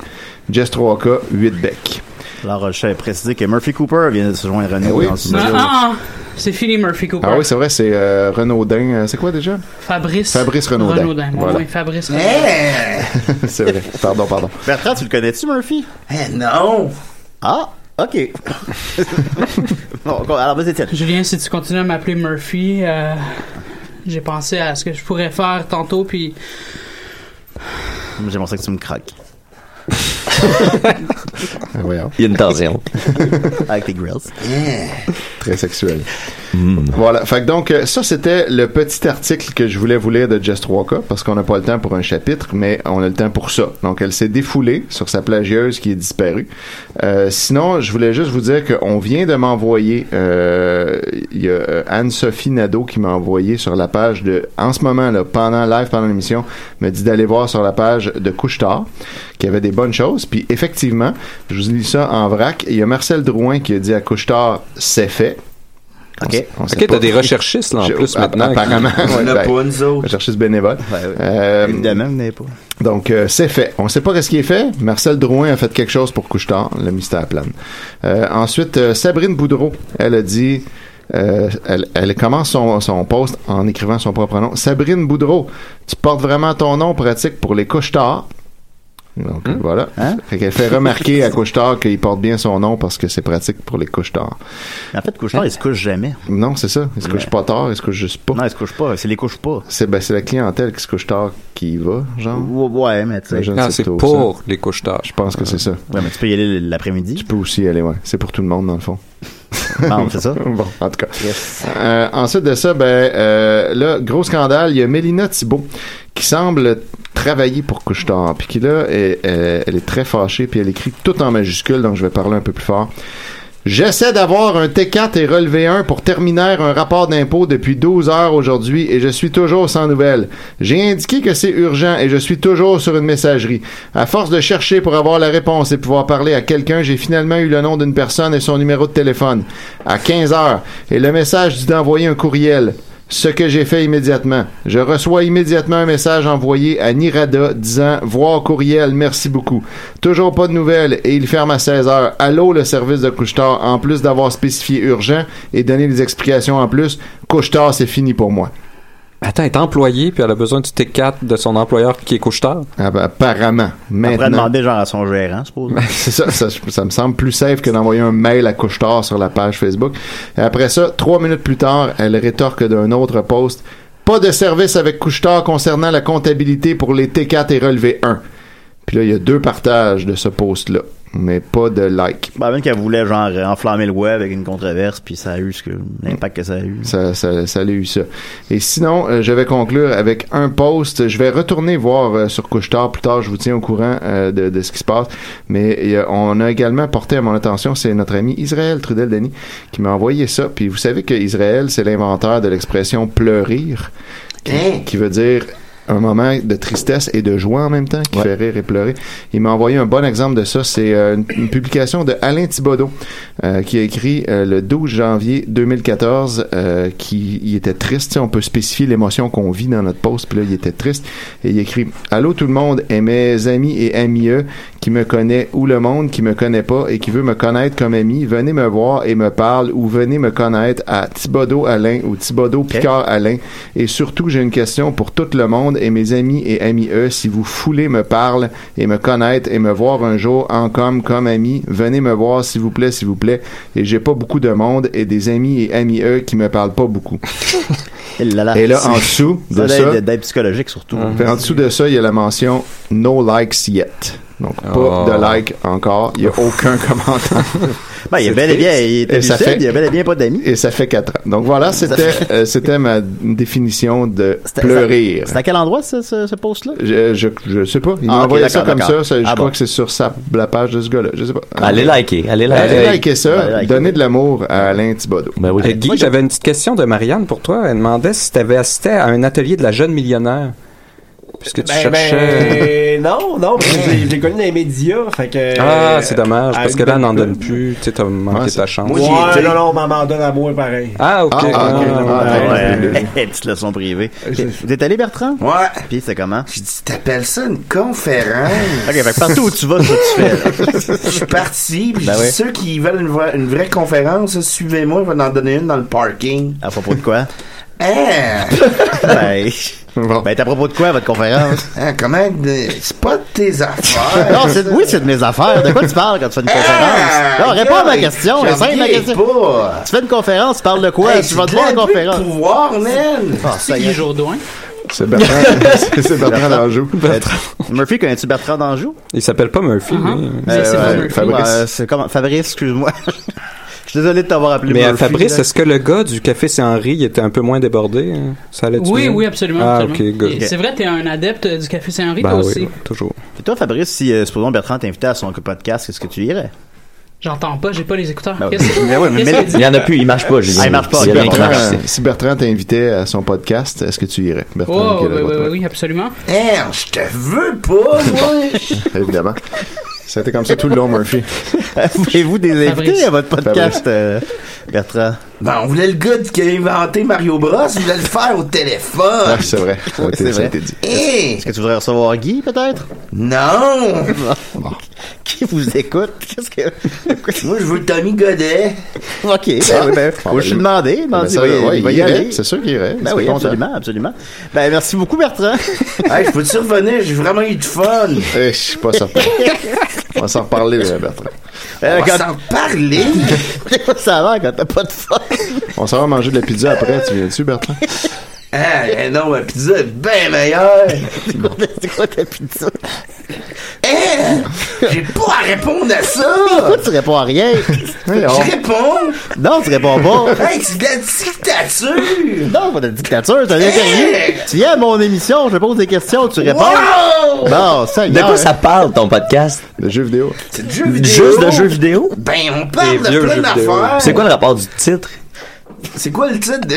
S4: Just 3K, 8 becs.
S3: Alors, je vais préciser que Murphy Cooper vient de se joindre à nous.
S4: Eh oui.
S3: dans ce
S10: Ah,
S3: studio.
S10: ah, ah. c'est fini Murphy Cooper.
S4: Ah oui, c'est vrai, c'est euh, Renaudin. euh, C'est quoi déjà?
S10: Fabrice.
S4: Fabrice Renaudin.
S10: Renaudin. Bon,
S4: Voilà.
S10: oui, Fabrice Renaudin.
S4: Eh! c'est vrai. Pardon, pardon.
S3: Bertrand, tu le connais-tu, Murphy?
S1: Eh non!
S3: Ah, ok. bon, bon, alors, vas-y, Étienne.
S10: Julien, si tu continues à m'appeler Murphy, euh, j'ai pensé à ce que je pourrais faire tantôt, puis
S3: J'aimerais ça que tu me craques
S4: Ah, Voyons,
S5: Il y a une tension.
S3: avec tes grills.
S4: très sexuel. Voilà. Fait que donc, euh, ça, c'était le petit article que je voulais vous lire de Jess 3K, parce qu'on n'a pas le temps pour un chapitre, mais on a le temps pour ça. Donc, elle s'est défoulée sur sa plagieuse qui est disparue. Euh, sinon, je voulais juste vous dire qu'on vient de m'envoyer, euh, il y a euh, Anne-Sophie Nadeau qui m'a envoyé sur la page de, en ce moment, là, pendant live, pendant l'émission, me dit d'aller voir sur la page de Couche-Tard, qui avait des bonnes choses. Puis, effectivement, je vous lis ça en vrac. Il y a Marcel Drouin qui a dit à Couche-Tard, c'est fait.
S3: OK.
S4: On sait
S6: Ok,
S4: pas.
S6: t'as des recherchistes là en
S4: Je-
S6: plus
S4: ah,
S6: maintenant.
S4: Apparemment.
S1: On
S4: Ouais,
S1: l'a
S4: ben,
S1: pas, nous autres.
S4: Recherchiste bénévole. Euh,
S3: Évidemment, vous n'avez pas.
S4: donc, euh, c'est fait. On sait pas qu'est-ce qui est fait. Marcel Drouin a fait quelque chose pour Couche-Tard. Le mystère plane. Euh, ensuite, euh, Sabrine Boudreau, elle a dit... euh, elle, elle commence son, son post en écrivant son propre nom. Sabrine Boudreau, tu portes vraiment ton nom pratique pour les couche-tard. Donc voilà.
S3: Hein?
S4: Fait qu'elle fait remarquer à couche-tard qu'il porte bien son nom parce que c'est pratique pour les couche-tard.
S3: En fait, couche-tard, il se couche jamais.
S4: Non, c'est ça. Est-ce que je pas tard? Est-ce que je suis pas?
S3: Non, il se couche pas. C'est les couche pas.
S4: C'est ben, c'est la clientèle qui se couche tard qui y va, genre.
S3: Ouais, Ouais, mais tu sais.
S4: Oh. Je ne
S6: Ah,
S4: sais
S6: c'est
S4: pas,
S6: pour les
S4: ça.
S6: couche-tâches.
S4: Je pense que c'est ça.
S3: Ouais, mais tu peux y aller l'après-midi.
S4: Tu peux aussi y aller, ouais. C'est pour tout le monde, dans le fond.
S3: Non, c'est ça.
S4: bon, en tout cas. Euh, ensuite de ça, ben, euh, là, gros scandale, il y a Mélina Thibault qui semble travailler pour Couchetard, puis qui là, est- euh, elle, elle est très fâchée, puis elle écrit tout en majuscule, donc je vais parler un peu plus fort. J'essaie d'avoir un T4 et relevé 1 pour terminer un rapport d'impôt depuis 12 heures aujourd'hui et je suis toujours sans nouvelles. J'ai indiqué que c'est urgent et je suis toujours sur une messagerie. À force de chercher pour avoir la réponse et pouvoir parler à quelqu'un, j'ai finalement eu le nom d'une personne et son numéro de téléphone. À 15 heures. Et le message dit d'envoyer un courriel. Ce que j'ai fait immédiatement. Je reçois immédiatement un message envoyé à Nirada disant Voir courriel, merci beaucoup. Toujours pas de nouvelles et il ferme à 16 heures. Allô, le service de Couchetard, en plus d'avoir spécifié urgent et donné les explications en plus, Couchetard, c'est fini pour moi.
S6: Attends, elle est employée puis elle a besoin du T4 de son employeur qui est couche-tard.
S4: Ah ben, Apparemment.
S3: Après,
S4: Maintenant.
S3: demander genre à son gérant, suppose.
S4: Ben, C'est ça, ça, ça me semble plus safe que d'envoyer un mail à Couchetard sur la page Facebook. Et après ça, trois minutes plus tard, elle rétorque d'un autre post Pas de service avec Couchetard concernant la comptabilité pour les T4 et relevé 1. Puis là, il y a deux partages de ce post-là, mais pas de like.
S3: Bah, même qu'elle voulait genre enflammer le web avec une controverse, puis ça a eu ce que, l'impact que ça a eu.
S4: Ça, ça, ça a eu ça. Et sinon, euh, je vais conclure avec un post. Je vais retourner voir euh, sur Couchetard plus tard. Je vous tiens au courant euh, de, de ce qui se passe. Mais euh, on a également porté à mon attention, c'est notre ami Israël Trudel-Denis qui m'a envoyé ça. Puis vous savez que Israël, c'est l'inventeur de l'expression pleurir, qui, qui veut dire un moment de tristesse et de joie en même temps qui fait rire et pleurer. Il m'a envoyé un bon exemple de ça. C'est euh, une, une publication de Alain Thibodeau euh, qui a écrit euh, le 12 janvier 2014 euh, qui il était triste. Tu sais, On peut spécifier l'émotion qu'on vit dans notre poste. Puis là, il était triste. Et il écrit « Allô tout le monde et mes amis et amies qui me connaît ou le monde qui me connaît pas et qui veut me connaître comme ami, venez me voir et me parle ou venez me connaître à Thibodeau Alain ou Thibodeau Picard Alain. Et surtout, j'ai une question pour tout le monde et mes amis et amis eux. Si vous foulez me parle et me connaître et me voir un jour en com comme ami, venez me voir s'il vous plaît, s'il vous plaît. Et j'ai pas beaucoup de monde et des amis et amis eux qui me parlent pas beaucoup.
S3: Il l'a
S4: Et là, en dessous de
S3: Ah, Ça,
S4: ça,
S3: d'aide- d'aide psychologique surtout.
S4: puis en dessous de ça, il y a la mention no likes yet. Donc, pas
S6: Oh.
S4: de like encore. Il n'y a aucun commentaire.
S3: Ben, il y a
S6: C'est
S3: bel et bien,
S6: triste.
S3: il était
S4: Et ça
S3: lucide,
S4: fait-
S3: il y a bel et bien pas d'amis.
S4: Et ça fait quatre ans. Donc, voilà, c'était, euh, c'était ma définition de
S3: C'était-
S4: pleurir.
S3: C'est à quel endroit, ce, ce, ce post-là?
S4: Je, je, je sais pas. Il
S3: Ah,
S4: m'a
S3: ok,
S4: envoyé ça
S3: d'accord,
S4: comme ça.
S3: d'accord.
S4: ça, je
S3: Ah
S4: crois
S3: bon.
S4: que c'est sur sa, la page de ce gars-là. Je sais pas. Ah,
S5: Allez liker, allez liker.
S4: Allez
S5: Allez.
S4: liker
S3: Allez
S4: ça.
S3: liker.
S4: Donnez de l'amour à Alain Thibodeau.
S5: Ben oui.
S6: Euh, Guy, j'avais une petite question de Marianne pour toi. Elle demandait si tu avais assisté à un atelier de la jeune millionnaire. Puisque tu
S7: Ben,
S6: cherchais.
S7: ben, non, non, parce que je l'ai- je l'ai connu dans les médias, fait que...
S10: euh,
S6: Ah, c'est dommage,
S7: Ah,
S6: parce que là, elle n'en donne plus. Tu sais, t'as manqué
S4: Ouais, c'est-
S6: ta chance.
S7: Moi, j'ai... Non, non, on m'en donne à moi, pareil.
S6: Ah, ok.
S4: Ah, ah, ok.
S6: Ah,
S4: Ah,
S7: ouais.
S3: Ouais, petite leçon privée. Vous êtes allé, Bertrand?
S1: Ouais.
S3: Puis c'est comment?
S1: J'ai dit, t'appelles ça une conférence?
S3: Ok, fait que partout où tu vas, c'est ce que tu fais.
S1: Je suis parti, puis
S3: Ben
S1: j'ai dit,
S3: ouais.
S1: ceux qui veulent une, vraie- une vraie conférence, suivez-moi, je vais en donner une dans le parking.
S3: À propos de quoi?
S1: Hein?
S3: ben,
S4: Bon.
S3: ben, t'es à propos de quoi, votre conférence?
S1: Hein, comment? euh, C'est pas de tes affaires.
S3: non, c'est, oui, c'est de mes affaires. De quoi tu parles quand tu fais une
S4: Ah,
S1: Ah,
S3: conférence? Non, réponds à ma question. C'est simple, ma question.
S1: Pas.
S3: Tu fais une conférence, tu parles de quoi?
S1: Hey,
S3: tu vas te
S1: c'est
S3: voir une
S1: de l'abus de
S3: conférence.
S1: pouvoir, man.
S3: Ah, ça y
S10: Guy
S3: est.
S10: Jourdouin.
S4: C'est Bertrand, c'est- c'est Bertrand Danjou.
S3: Murphy, connais-tu Bertrand d'Anjou?
S10: Uh-huh.
S6: Il s'appelle pas Murphy, lui.
S10: Mais c'est pas Murphy.
S4: Fabrice.
S3: Euh, c'est comment? Fabrice, excuse-moi. Je suis désolé de t'avoir appelé
S6: Mais euh,
S3: Murphy,
S6: Fabrice,
S3: là.
S6: est-ce que le gars du Café Saint-Henri il était un peu moins débordé? hein? Ça allait
S10: Oui, oui, absolument.
S6: Ah,
S10: absolument.
S6: ok, good.
S10: Et C'est vrai, t'es un adepte euh, du Café Saint-Henri,
S6: Ben
S10: toi
S6: oui,
S10: aussi.
S6: oui, toujours.
S3: Puis toi, Fabrice, si, euh, supposons Bertrand t'invitait à son podcast, est-ce que tu irais?
S10: J'entends pas, j'ai pas les écouteurs.
S3: Ben oui.
S10: Qu'est-ce que
S3: Mais oui, mais
S10: qu'est-ce
S3: mets-
S10: que tu
S5: Il
S10: dis?
S5: y en a plus, il marche pas, Julien.
S3: Ah, il marche pas,
S5: y a
S3: ok.
S5: rien qui marche.
S4: Bertrand,
S5: c'est-
S4: si Bertrand t'invitait à son podcast, est-ce que tu irais?
S10: Oh,
S4: Bertrand, quel est
S10: oui, oui,
S4: votre-
S10: oui, oui, absolument.
S1: Hein, je te veux pas, moi!
S4: Évidemment. C'était comme ça tout le long, Murphy.
S3: Avez-vous des invités
S10: Fabrice.
S3: à votre podcast, euh, Bertrand?
S1: ben, on voulait le gars qui a inventé Mario Bros, on voulait le faire au
S4: Ah,
S1: téléphone!
S4: c'est vrai. Ça a
S3: Oui, c'est
S4: été- ça a
S3: vrai.
S4: été dit.
S1: Hein!
S3: Est-ce que tu voudrais recevoir Guy, peut-être?
S1: Non!
S3: Qui vous écoute? Qu'est-ce que...
S1: Moi, je veux Tommy Godet!
S3: ok. ben, ben, moi, je suis demandé. il m'a
S4: Ben,
S3: dit,
S4: ça,
S3: oui,
S4: ouais,
S3: il va
S4: il
S3: y
S4: irait,
S3: aller.
S4: C'est sûr qu'il irait.
S3: Ben
S4: C'est
S3: oui,
S4: content.
S3: absolument, absolument. Ben, merci beaucoup, Bertrand.
S1: hey, je peux-tu revenir? J'ai vraiment eu du fun!
S4: Eh, Je suis pas certain. On va s'en reparler, euh, Bertrand.
S1: On
S3: Euh,
S1: va
S3: quand...
S1: s'en parler!
S3: ça a l'air quand t'as pas de fun.
S4: On s'en va manger de la pizza après. Tu viens-tu, Bertrand?
S1: Ah, non, ma pizza est bien meilleure!
S3: C'est quoi- C'est quoi ta pizza?
S1: Hein! J'ai pas à répondre à
S4: Ah.
S1: ça!
S3: Pourquoi tu réponds à rien?
S1: Je réponds!
S3: Non, tu réponds pas.
S1: Hey, c'est de la dictature!
S3: Non, pas de dictature, t'as rien
S1: Hey!
S3: perdu. Tu viens à mon émission, je te pose des questions, tu réponds.
S1: Wow!
S3: Non, ça,
S5: De quoi ça parle, ton podcast?
S4: Le jeu vidéo.
S1: C'est du jeu vidéo!
S5: Juste de jeux vidéo?
S1: Ben, on parle
S6: vieux
S1: de plein
S6: jeux vidéo.
S1: d'affaires!
S5: C'est quoi le rapport du titre?
S1: C'est quoi le titre de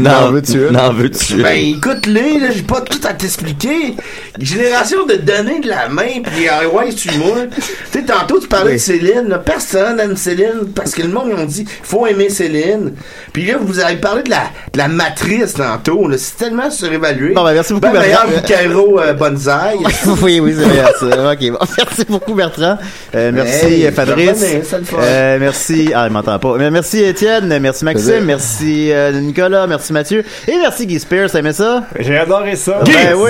S5: Non,
S4: veux-tu un?
S5: Non, veux-tu
S1: Ben, écoute-les, là, j'ai pas tout à t'expliquer. Génération de données de la main, pis ah ouais, tu moi. Tu sais, tantôt, tu parlais de Céline, là. Personne aime Céline, parce que le monde, on dit, faut aimer Céline. Puis là, vous avez parlé de la, de la matrice tantôt, là. C'est tellement surévalué.
S3: Bon, ben, merci beaucoup,
S1: Ben, meilleur
S3: Bertrand.
S1: Bucaro euh, Banzai.
S3: oui, oui, c'est bien ça. Ok, bon, merci beaucoup Bertrand. Euh, merci
S1: Hey,
S3: euh, Fabrice.
S1: revenez, c'est le fun.
S3: Euh, merci. Ah, il m'entend pas. Mais merci Étienne, merci Maxime,
S4: Plaisir.
S3: merci euh, Nicolas, merci Mathieu et merci Guy Spears. T'aimais ça?
S7: J'ai adoré ça.
S3: Ben oui.